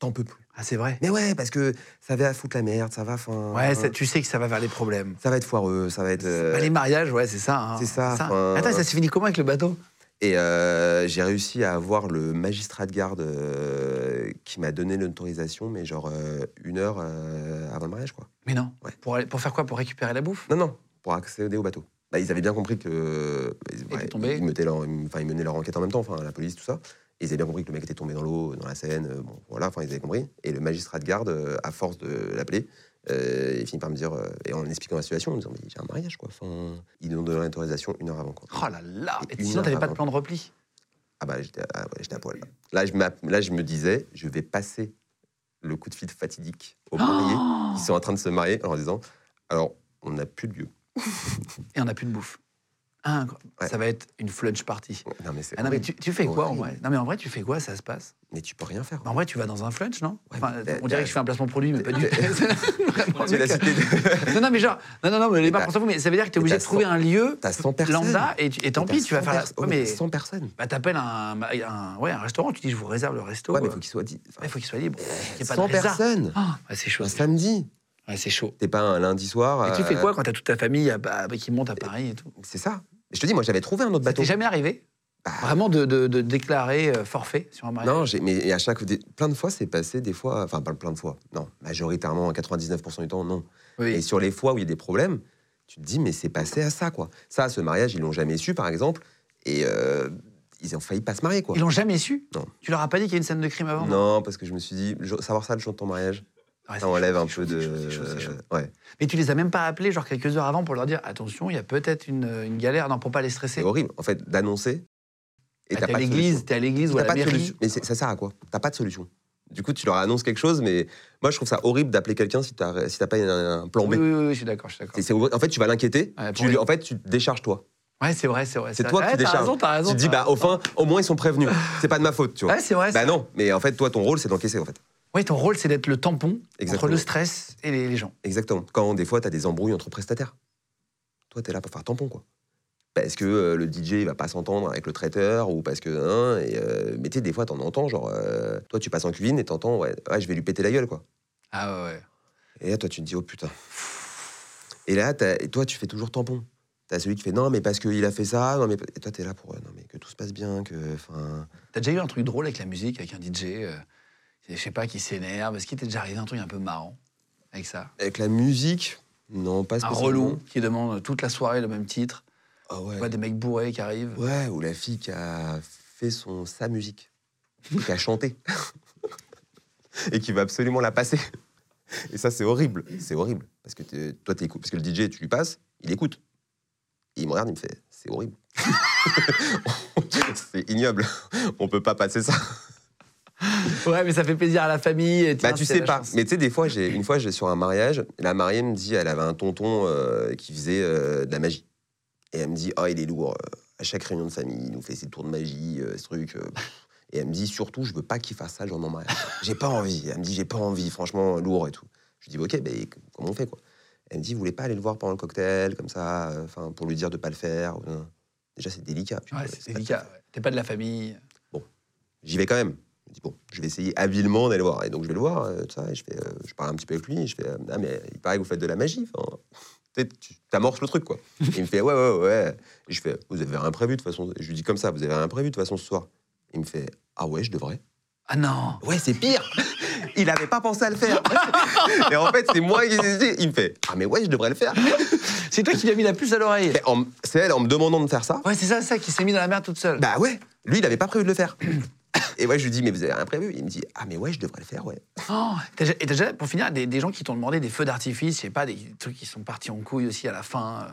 Speaker 3: T'en peux plus.
Speaker 4: Ah, c'est vrai.
Speaker 3: Mais ouais, parce que ça va foutre la merde, ça va. Fin,
Speaker 4: Ouais, ça- tu sais que ça va vers les problèmes.
Speaker 3: ça va être foireux, ça va être. euh,
Speaker 4: Bah, les mariages, ouais, c'est ça. hein.
Speaker 3: c'est ça, enfin- euh.
Speaker 4: Attends, ça s'est fini comment avec le bateau
Speaker 3: Et euh, j'ai réussi à avoir le magistrat de garde euh, qui m'a donné l'autorisation, mais genre euh, une heure euh, avant le mariage, quoi.
Speaker 4: Mais non.
Speaker 3: Ouais.
Speaker 4: Pour, aller- pour faire quoi Pour récupérer la bouffe
Speaker 3: Non, non, pour accéder au bateau. bah, ils avaient bien compris que. bah, Ils,
Speaker 4: était tombé.
Speaker 3: ils mettaient leur- ils- enfin, ils menaient leur enquête en même temps, enfin, la police, tout ça. Et ils avaient bien compris que le mec était tombé dans l'eau, dans la Seine. euh, Bon, voilà, enfin, ils avaient compris. Et le magistrat de garde, euh, à force de l'appeler, euh, il finit par me dire, euh, et en expliquant la situation, en me disant, mais j'ai un mariage, quoi. Enfin, ils nous ont donné l'autorisation une heure avant, quoi.
Speaker 4: Oh là là
Speaker 3: Et
Speaker 4: Et
Speaker 3: une
Speaker 4: sinon,
Speaker 3: heure
Speaker 4: t'avais pas de
Speaker 3: avant.
Speaker 4: plan de repli
Speaker 3: Ah bah j'étais ah ouais, j'étais à poil. Là, là, je, m'a- là, je me disais, je vais passer le coup de fil fatidique aux mariés
Speaker 4: Oh.
Speaker 3: qui sont en train de se marier en leur disant, alors on n'a plus de lieu.
Speaker 4: Et on a plus de bouffe. Incroyable.
Speaker 3: Ouais.
Speaker 4: Ça va être une flunch party.
Speaker 3: Non mais c'est
Speaker 4: Ah non, mais
Speaker 3: horrible.
Speaker 4: tu, tu fais quoi en
Speaker 3: Horrible.
Speaker 4: vrai Non, mais en vrai, tu fais quoi Ça se passe
Speaker 3: mais tu peux rien faire.
Speaker 4: En vrai, tu vas dans un flunch, non
Speaker 3: Ouais,
Speaker 4: Enfin,
Speaker 3: mais-
Speaker 4: On dirait que je fais un placement produit, mais pas du tout. Vraiment,
Speaker 3: Tu l'as
Speaker 4: mec.
Speaker 3: cité.
Speaker 4: Non, non, mais genre, non, non, non, mais les
Speaker 3: t'as-
Speaker 4: bars pour vous, mais ça veut dire que t'es
Speaker 3: et
Speaker 4: obligé
Speaker 3: t'as
Speaker 4: de trouver
Speaker 3: cent-
Speaker 4: un lieu
Speaker 3: T'as 100 personnes.
Speaker 4: lambda et, tu- et tant
Speaker 3: T'as
Speaker 4: pis, tu vas
Speaker 3: 100
Speaker 4: faire.
Speaker 3: pers-
Speaker 4: la-
Speaker 3: ouais,
Speaker 4: ouais, mais
Speaker 3: 100 personnes. Oh,
Speaker 4: bah, t'appelles un, un, ouais, un restaurant, tu dis je vous réserve le resto.
Speaker 3: Ouais, mais
Speaker 4: euh.
Speaker 3: faut qu'ils soient dix- enfin,
Speaker 4: Ouais, faut qu'il soit libre. Qu'il y ait pas de
Speaker 3: 100
Speaker 4: réserve.
Speaker 3: personnes.
Speaker 4: Ah, ouais, c'est chaud.
Speaker 3: Un
Speaker 4: c'est chaud.
Speaker 3: samedi.
Speaker 4: Ouais, c'est chaud.
Speaker 3: T'es pas un lundi soir.
Speaker 4: Et tu fais
Speaker 3: euh,
Speaker 4: quoi quand t'as toute ta famille à- bah, qui monte à Paris et tout
Speaker 3: C'est ça. Je te dis, moi j'avais trouvé un autre
Speaker 4: Ça
Speaker 3: bateau.
Speaker 4: t'est jamais arrivé
Speaker 3: Bah,
Speaker 4: Vraiment de, de- de déclarer euh, forfait sur un mariage
Speaker 3: Non, j'ai- mais à chaque des- plein de fois, c'est passé des fois, enfin pas plein de fois, non, majoritairement 99% du temps, non. Et
Speaker 4: Oui.
Speaker 3: sur les fois où il y a des problèmes, tu te dis mais c'est passé à ça quoi. Ça, ce mariage, ils l'ont jamais su par exemple, et euh, ils ont failli pas se marier quoi.
Speaker 4: Ils l'ont jamais su
Speaker 3: Non.
Speaker 4: Tu leur as pas dit qu'il y a une scène de crime avant
Speaker 3: Non, parce que je me suis dit le jour- savoir ça le jour de ton mariage,
Speaker 4: Ouais, Ah, c'est
Speaker 3: ça enlève
Speaker 4: chaud,
Speaker 3: un
Speaker 4: c'est
Speaker 3: peu
Speaker 4: chaud, c'est
Speaker 3: de,
Speaker 4: chaud, c'est chaud, c'est chaud.
Speaker 3: ouais.
Speaker 4: Mais tu les as même pas appelés, genre quelques heures avant, pour leur dire attention, il y a peut-être une, une galère, non, pour pas les stresser.
Speaker 3: C'est horrible en fait d'annoncer. Et
Speaker 4: Ah,
Speaker 3: t'as
Speaker 4: t'es
Speaker 3: pas
Speaker 4: à
Speaker 3: de
Speaker 4: l'église,
Speaker 3: solution.
Speaker 4: t'es à l'église ou à la
Speaker 3: T'as pas de
Speaker 4: mairie.
Speaker 3: solution. Mais c'est- ça sert à quoi T'as pas de solution. Du coup, tu leur annonces quelque chose, mais moi je trouve ça horrible d'appeler quelqu'un si t'as si t'as pas un, un plan B.
Speaker 4: Oui, oui, oui, je suis d'accord, je suis d'accord.
Speaker 3: C'est- c'est- en fait, tu vas l'inquiéter.
Speaker 4: Ouais, pour
Speaker 3: tu
Speaker 4: lui-
Speaker 3: lui- en fait, tu te décharges toi.
Speaker 4: Ouais, c'est vrai, c'est vrai.
Speaker 3: C'est
Speaker 4: vrai.
Speaker 3: toi
Speaker 4: Ouais,
Speaker 3: qui
Speaker 4: t'as
Speaker 3: décharges.
Speaker 4: raison, t'as raison.
Speaker 3: tu te dis,
Speaker 4: t'as
Speaker 3: bah, au
Speaker 4: raison.
Speaker 3: fin, au moins, ils sont prévenus. C'est pas de ma faute, tu vois.
Speaker 4: Ouais, c'est vrai.
Speaker 3: bah
Speaker 4: c'est-
Speaker 3: non, mais en fait, toi, ton rôle, c'est d'encaisser, en fait.
Speaker 4: Ouais, ton rôle, c'est d'être le tampon entre
Speaker 3: Exactement.
Speaker 4: le stress et les, les gens.
Speaker 3: Exactement. Quand des fois, t'as des embrouilles entre prestataires. Toi, t'es là pour faire tampon, quoi. Parce que euh, le DJ, il va pas s'entendre avec le traiteur, ou parce que. Hein, et, euh, mais tu sais, des fois, t'en entends, genre, euh, toi, tu passes en cuisine et t'entends, ouais, ouais, je vais lui péter la gueule, quoi.
Speaker 4: Ah ouais, ouais.
Speaker 3: Et là, toi, tu te dis, oh putain. Et là, t'as- et toi, tu fais toujours tampon. T'as celui qui fait, non, mais parce qu'il a fait ça, non, mais. Et toi, t'es là pour, euh, non, mais que tout se passe bien, que. Enfin.
Speaker 4: T'as déjà eu un truc drôle avec la musique, avec un DJ, euh, je sais pas, qui s'énerve Est-ce qu'il t'est déjà arrivé un truc un peu marrant avec ça
Speaker 3: Avec la musique, non, pas
Speaker 4: Un
Speaker 3: spécialement.
Speaker 4: relou qui demande toute la soirée le même titre.
Speaker 3: Ah
Speaker 4: Tu
Speaker 3: ouais.
Speaker 4: vois, des mecs bourrés qui arrivent.
Speaker 3: Ouais, ou la fille qui a fait son, sa musique, et qui a chanté, et qui va absolument la passer. Et ça, c'est horrible. C'est horrible. Parce que t'es- toi, t'écoutes. Parce que le DJ, tu lui passes, il écoute. Et il me regarde, il me fait C'est horrible. c'est ignoble. On peut pas passer ça.
Speaker 4: Ouais, mais ça fait plaisir à la famille. et
Speaker 3: Bah,
Speaker 4: tiens,
Speaker 3: tu
Speaker 4: c'est
Speaker 3: sais
Speaker 4: la
Speaker 3: pas.
Speaker 4: chance.
Speaker 3: Mais tu sais, des fois, j'ai une fois, j'ai sur un mariage, la mariée me dit, elle avait un tonton euh, qui faisait euh, de la magie. Et elle me dit, ah, il est lourd. euh, À chaque réunion de famille, il nous fait ses tours de magie, euh, ce truc. euh, pff. et elle me dit, surtout, je veux pas qu'il fasse ça le jour de mon mariage. J'ai pas envie. Elle me dit, j'ai pas envie, franchement, lourd et tout. Je dis, ok, ben, comment on fait, quoi Elle me dit, vous voulez pas aller le voir pendant le cocktail, comme ça, euh, enfin, pour lui dire de pas le faire ou- Déjà, c'est délicat. Je dis,
Speaker 4: Ouais,
Speaker 3: ouais,
Speaker 4: c'est
Speaker 3: pas
Speaker 4: délicat. ouais. T'es pas de la famille.
Speaker 3: j'y vais quand même. Je dis, bon, je vais essayer habilement d'aller le voir. Et donc, je vais le voir, euh, tout ça, et je, fais, euh, je parle un petit peu avec lui, et je fais, euh, ah, mais il paraît que vous faites de la magie. enfin, tu sais, tu amorces le truc, quoi. Et il me fait, ouais, ouais, ouais. Et je fais, vous avez rien prévu, de toute façon. Je lui dis comme ça, vous avez rien prévu, de toute façon, ce soir. Il me fait, ah ouais, je devrais.
Speaker 4: Ah non
Speaker 3: Ouais, c'est pire Il avait pas pensé à le faire. et en fait, c'est moi qui ai dit, il me fait, ah mais ouais, je devrais le faire.
Speaker 4: C'est toi qui lui as mis la puce à l'oreille.
Speaker 3: Mais en- C'est elle, en me demandant de faire ça,
Speaker 4: Ouais, c'est ça, ça, qui s'est mis dans la merde toute seule.
Speaker 3: Bah ouais, lui, il n'avait pas prévu de le faire. Et ouais, je lui dis, mais vous avez rien prévu Il me dit, ah mais ouais, je devrais le faire, ouais.
Speaker 4: Oh, t'as- et t'as déjà, pour finir, des, des gens qui t'ont demandé des feux d'artifice, je sais pas, des trucs qui sont partis en couille aussi à la fin.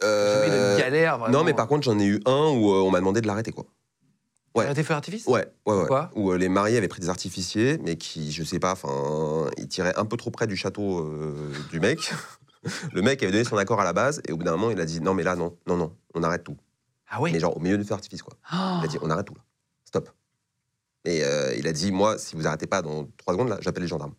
Speaker 4: J'ai eu
Speaker 3: Euh,
Speaker 4: une galère, vraiment. hein.
Speaker 3: Non, mais par contre, j'en ai eu un où euh, on m'a demandé de l'arrêter, quoi. ouais.
Speaker 4: Arrêter feux d'artifice
Speaker 3: Ouais, ouais, ouais.
Speaker 4: Pourquoi
Speaker 3: où euh, les mariés avaient pris des artificiers, mais qui, je sais pas, enfin, ils tiraient un peu trop près du château euh, du mec. Le mec avait donné son accord à la base, et au bout d'un moment, il a dit, non, mais là, non, non, non, on arrête tout.
Speaker 4: Ah oui
Speaker 3: Mais genre, au milieu du feu d'artifice, quoi.
Speaker 4: Oh.
Speaker 3: Il a dit, on arrête tout, là. Stop. Et euh, il a dit, moi, si vous arrêtez pas dans trois secondes, là, j'appelle les gendarmes.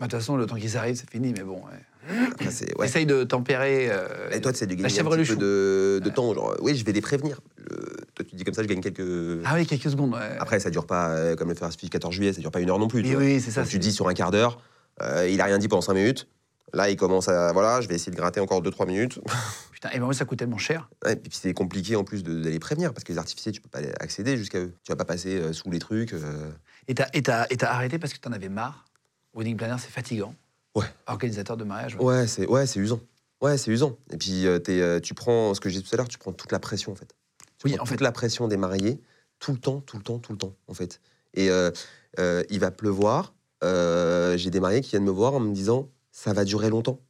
Speaker 4: Bah, De toute façon, le temps qu'ils arrivent, c'est fini, mais bon. ouais.
Speaker 3: Après, c'est- ouais.
Speaker 4: Essaye de tempérer. euh,
Speaker 3: Et toi, c'est de gagner un
Speaker 4: chèvre et
Speaker 3: petit
Speaker 4: le
Speaker 3: peu de, de temps. Genre, euh, oui, je vais les prévenir. Le- toi, tu dis comme ça, je gagne quelques.
Speaker 4: Ah oui, quelques secondes. ouais.
Speaker 3: Après, ça dure pas, euh, comme le Ferris 14 juillet, ça dure pas une heure non plus. tu
Speaker 4: oui,
Speaker 3: vois.
Speaker 4: oui, c'est ça.
Speaker 3: Donc, tu
Speaker 4: c'est-
Speaker 3: dis sur un quart d'heure, euh, il a rien dit pendant 5 minutes. Là, il commence à. Voilà, je vais essayer de gratter encore 2-3 minutes.
Speaker 4: Putain, et ben oui, ça coûte tellement cher.
Speaker 3: Et puis, c'est compliqué en plus de- d'aller prévenir parce que les artificiers, tu peux pas aller accéder jusqu'à eux. Tu vas pas passer euh, sous les trucs. euh.
Speaker 4: Et t'as- et t'as et t'as arrêté parce que t'en avais marre Wedding planner, c'est fatigant.
Speaker 3: Ouais.
Speaker 4: Organisateur de mariage. ouais.
Speaker 3: Ouais, c'est ouais, c'est usant. Ouais, c'est usant. Et puis, euh, t'es, euh, tu prends, ce que j'ai dit tout à l'heure, tu prends toute la pression, en fait. Tu
Speaker 4: Oui,
Speaker 3: prends
Speaker 4: en
Speaker 3: toute
Speaker 4: fait.
Speaker 3: la pression des mariés, tout le temps, tout le temps, tout le temps, en fait. Et euh, euh, il va pleuvoir. Euh, j'ai des mariés qui viennent me voir en me disant ça va durer longtemps.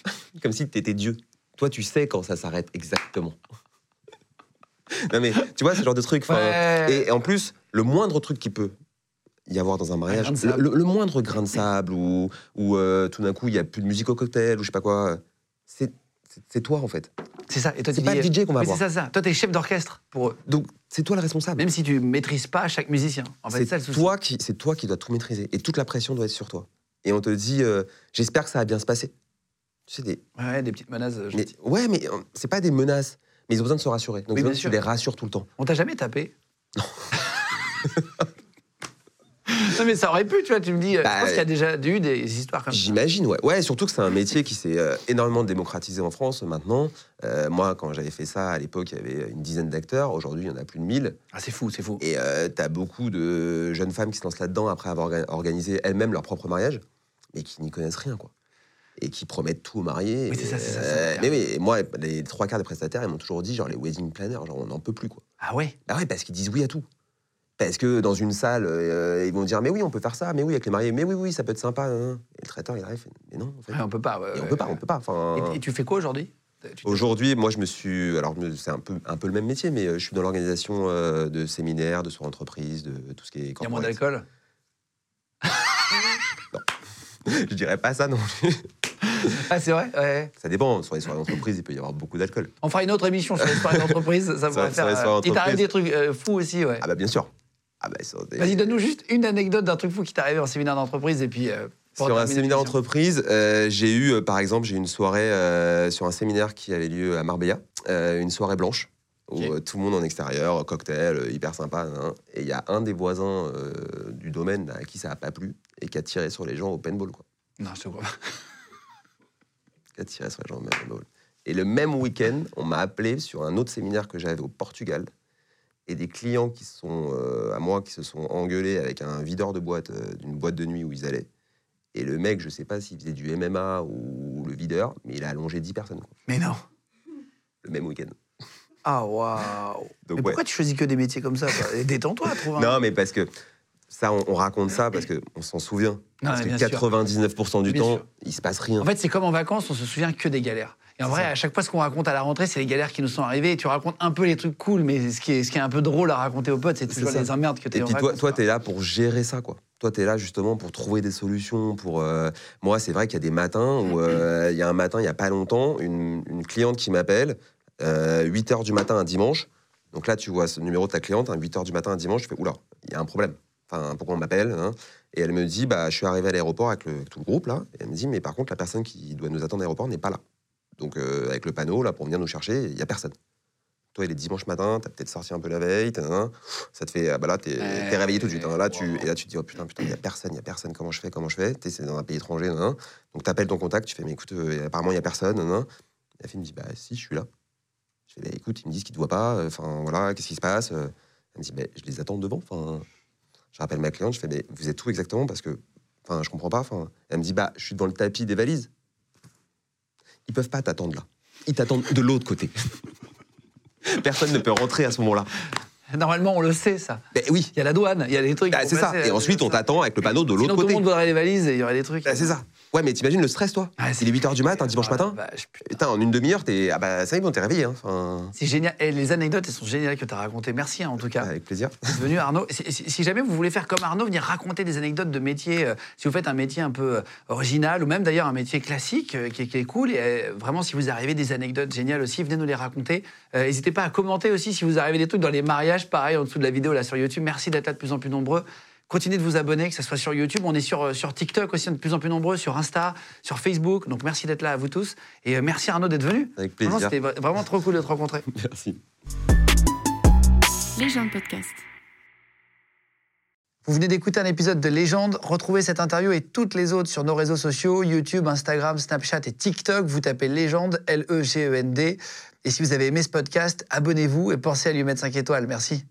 Speaker 3: Comme si t'étais Dieu. Toi, tu sais quand ça s'arrête exactement. non, mais tu vois, ce genre de truc. enfin,
Speaker 4: Ouais.
Speaker 3: et, et en plus, le moindre truc qui peut y avoir dans un mariage,
Speaker 4: grain de
Speaker 3: le,
Speaker 4: sable.
Speaker 3: le- le moindre grain de sable ou, ou euh, tout d'un coup il y a plus de musique au cocktail ou je sais pas quoi, c'est c'est- c'est toi en fait.
Speaker 4: C'est ça. Et toi,
Speaker 3: C'est
Speaker 4: tu
Speaker 3: pas
Speaker 4: dis,
Speaker 3: le DJ qu'on va
Speaker 4: mais
Speaker 3: voir.
Speaker 4: C'est ça, c'est ça. Toi, t'es chef d'orchestre pour eux.
Speaker 3: Donc c'est toi le responsable.
Speaker 4: Même si tu maîtrises pas chaque musicien. En fait, c'est ça
Speaker 3: c'est
Speaker 4: le souci.
Speaker 3: toi qui c'est toi qui dois tout maîtriser et toute la pression doit être sur toi. Et on te dit euh, j'espère que ça va bien se passer. Tu sais des
Speaker 4: Ouais, des petites menaces. euh,
Speaker 3: mais-
Speaker 4: gentilles.
Speaker 3: ouais mais euh, c'est pas des menaces mais ils ont besoin de se rassurer. Donc
Speaker 4: Oui,
Speaker 3: donc,
Speaker 4: bien
Speaker 3: tu
Speaker 4: sûr.
Speaker 3: les rassures tout le temps.
Speaker 4: On t'a jamais tapé Non, mais ça aurait pu, tu vois. Tu me dis, euh,
Speaker 3: Bah,
Speaker 4: je pense qu'il y a déjà eu des histoires comme ça.
Speaker 3: J'imagine, ouais. Ouais, surtout que c'est un métier qui s'est euh, énormément démocratisé en France euh, maintenant. Euh, moi, quand j'avais fait ça, à l'époque, il y avait une dizaine d'acteurs. Aujourd'hui, il y en a plus de 1000.
Speaker 4: Ah, c'est fou, c'est fou.
Speaker 3: Et tu t'as beaucoup de jeunes femmes qui se lancent là-dedans après avoir orga- organisé elles-mêmes leur propre mariage, mais qui n'y connaissent rien, quoi. Et qui promettent tout aux mariés.
Speaker 4: Oui, c'est
Speaker 3: Et,
Speaker 4: ça, c'est ça, c'est
Speaker 3: euh,
Speaker 4: clair.
Speaker 3: mais, mais moi, les trois quarts des prestataires, ils m'ont toujours dit, genre, les wedding planners, genre, on n'en peut plus, quoi.
Speaker 4: Ah ouais
Speaker 3: Bah ouais, parce qu'ils disent oui à tout. Parce que dans une salle, euh, ils vont dire mais oui, on peut faire ça, mais oui, avec les mariés, mais oui, oui, ça peut être sympa. nan, nan. Et le traiteur, il arrive, il fait, mais non, en fait.
Speaker 4: Ouais, On peut pas. ouais,
Speaker 3: Et on
Speaker 4: ouais,
Speaker 3: peut pas,
Speaker 4: ouais.
Speaker 3: on peut pas. Enfin,
Speaker 4: Ah, Et, et tu fais quoi aujourd'hui Tu- tu-
Speaker 3: aujourd'hui, moi, je me suis. Alors, je me- c'est un peu, un peu le même métier, mais euh, je suis dans l'organisation euh, de séminaires, de soirées entreprises, de tout ce qui est.
Speaker 4: Il y a moins
Speaker 3: corporate.
Speaker 4: d'alcool
Speaker 3: je dirais pas ça, non.
Speaker 4: Ah, c'est vrai ouais.
Speaker 3: ça dépend. Sur les soirées d'entreprise, il peut y avoir beaucoup d'alcool.
Speaker 4: On fera une autre émission sur les soirées d'entreprise. Ça pourrait
Speaker 3: les
Speaker 4: faire.
Speaker 3: soirées
Speaker 4: euh, Il t'arrive
Speaker 3: d'entreprise.
Speaker 4: des trucs euh, fous aussi, ouais.
Speaker 3: Ah bah bien sûr. Ah bah, sur des-
Speaker 4: Vas-y, donne-nous juste une anecdote d'un truc fou qui t'est arrivé en séminaire d'entreprise et puis. euh, pour
Speaker 3: Sur un
Speaker 4: terminer
Speaker 3: séminaire
Speaker 4: l'émission.
Speaker 3: d'entreprise, euh, j'ai eu, euh, par exemple, j'ai eu une soirée euh, sur un séminaire qui avait lieu à Marbella, euh, une soirée blanche, où
Speaker 4: Ok.
Speaker 3: euh, tout le monde en extérieur, cocktail, euh, hyper sympa. hein. et il y a un des voisins euh, du domaine à qui ça a pas plu et qui a tiré sur les gens au paintball, quoi.
Speaker 4: Non, je te crois pas.
Speaker 3: Qui a tiré sur les gens au paintball. Et le même week-end, on m'a appelé sur un autre séminaire que j'avais au Portugal. Et des clients qui sont euh, à moi qui se sont engueulés avec un videur de boîte euh, d'une boîte de nuit où ils allaient. Et le mec, je sais pas s'il faisait du MMA ou le videur, mais il a allongé 10 personnes quoi,
Speaker 4: Mais non.
Speaker 3: le même week-end.
Speaker 4: Ah, waouh. Mais
Speaker 3: Donc, ouais.
Speaker 4: pourquoi tu choisis que des métiers comme ça quoi Et Détends-toi, trouve un.
Speaker 3: Non, mais parce que ça, on, on raconte ça parce que on s'en souvient. parce
Speaker 4: mais
Speaker 3: que
Speaker 4: bien sûr.
Speaker 3: 99% du
Speaker 4: Bien
Speaker 3: temps,
Speaker 4: sûr.
Speaker 3: il se passe rien.
Speaker 4: En fait, c'est comme en vacances, on se souvient que des galères. Et en vrai, à chaque fois, ce qu'on raconte à la rentrée, c'est les galères qui nous sont arrivées. Et tu racontes un peu les trucs cool, mais ce qui est, ce qui est un peu drôle à raconter aux potes, c'est toujours
Speaker 3: ça.
Speaker 4: les emmerdes que tu
Speaker 3: Et puis toi, toi, t'es là pour gérer ça, quoi. Toi, t'es là justement pour trouver des solutions. Pour euh, moi, c'est vrai qu'il y a des matins où euh, il y a un matin, il y a pas longtemps, une, une cliente qui m'appelle 8 h du matin un dimanche. Donc là, tu vois ce numéro de ta cliente, 8 h du matin un dimanche, je fais oula, il y a un problème. Enfin, pourquoi on m'appelle hein Et elle me dit, bah, je suis arrivé à l'aéroport avec, le- avec tout le groupe là. Et elle me dit, mais par contre, la personne qui doit nous attendre à l'aéroport n'est pas là. Donc euh, avec le panneau là pour venir nous chercher, il y a personne. Toi, il est dimanche matin, t'as peut-être sorti un peu la veille, t'as- hein, ça te fait, ah bah là, t'es
Speaker 4: Ouais,
Speaker 3: t'es réveillé tout de suite. hein. Là, tu,
Speaker 4: wow.
Speaker 3: et là, tu te dis, oh putain, putain, il y a personne, il y a personne, comment je fais, comment je fais T'es c'est dans un pays étranger, nan, nan. Donc t'appelles ton contact, tu fais, mais écoute, euh, apparemment, il y a personne, nan, nan. La fille me dit, bah si, je suis là. Je fais, bah, écoute, ils me disent qu'ils te voient pas, euh, enfin voilà, qu'est-ce qui se passe Euh, Elle me dit, bah, je les attends devant, enfin. Je rappelle ma cliente, je fais, mais vous êtes où exactement Parce que, enfin, je comprends pas, enfin. Elle me dit, bah, je suis devant le tapis des valises. Ils peuvent pas t'attendre là. Ils t'attendent de l'autre côté. Personne ne peut rentrer à ce moment-là.
Speaker 4: Normalement, on le sait, ça.
Speaker 3: Ben oui,
Speaker 4: Il y a la douane, il y a les trucs.
Speaker 3: bah,
Speaker 4: qui
Speaker 3: c'est
Speaker 4: vont
Speaker 3: ça.
Speaker 4: passer,
Speaker 3: Et
Speaker 4: là,
Speaker 3: ensuite, on
Speaker 4: euh, ça.
Speaker 3: t'attend avec le panneau de l'autre
Speaker 4: Sinon, tout
Speaker 3: côté.
Speaker 4: le monde voudrait les valises et il y aurait des trucs.
Speaker 3: Bah, c'est ça. Ouais, mais t'imagines le stress, toi
Speaker 4: Ah,
Speaker 3: Il est 8h du matin, un dimanche
Speaker 4: Ah, la
Speaker 3: matin.
Speaker 4: vache, putain.
Speaker 3: Putain, en une demi-heure, t'es. Ah bah, ça y est, bon, t'es réveillé. hein. Enfin,
Speaker 4: C'est génial. Et les anecdotes, elles sont géniales que tu as racontées. Merci hein, en tout cas.
Speaker 3: avec plaisir.
Speaker 4: C'est venu Arnaud. Si, si- si jamais vous voulez faire comme Arnaud, venir raconter des anecdotes de métiers, euh, si vous faites un métier un peu euh, original ou même d'ailleurs un métier classique euh, qui, est- qui est cool, et euh, vraiment si vous arrivez des anecdotes géniales aussi, venez nous les raconter. Euh, N'hésitez pas à commenter aussi si vous arrivez des trucs dans les mariages, pareil en dessous de la vidéo là sur YouTube. Merci d'être là de plus en plus nombreux. Continuez de vous abonner, que ce soit sur YouTube, on est sur, euh, sur TikTok aussi, on est de plus en plus nombreux, sur Insta, sur Facebook. Donc merci d'être là à vous tous. Et euh, merci Arnaud d'être venu.
Speaker 3: Avec
Speaker 4: Franchement,
Speaker 3: plaisir.
Speaker 4: C'était vra- vraiment trop cool de te rencontrer.
Speaker 3: Merci.
Speaker 2: Les gens de podcast.
Speaker 4: Vous venez d'écouter un épisode de Légende. Retrouvez cette interview et toutes les autres sur nos réseaux sociaux, YouTube, Instagram, Snapchat et TikTok. Vous tapez Légende, E L-E-G-E-N-D. Et si vous avez aimé ce podcast, abonnez-vous et pensez à lui mettre 5 étoiles. Merci.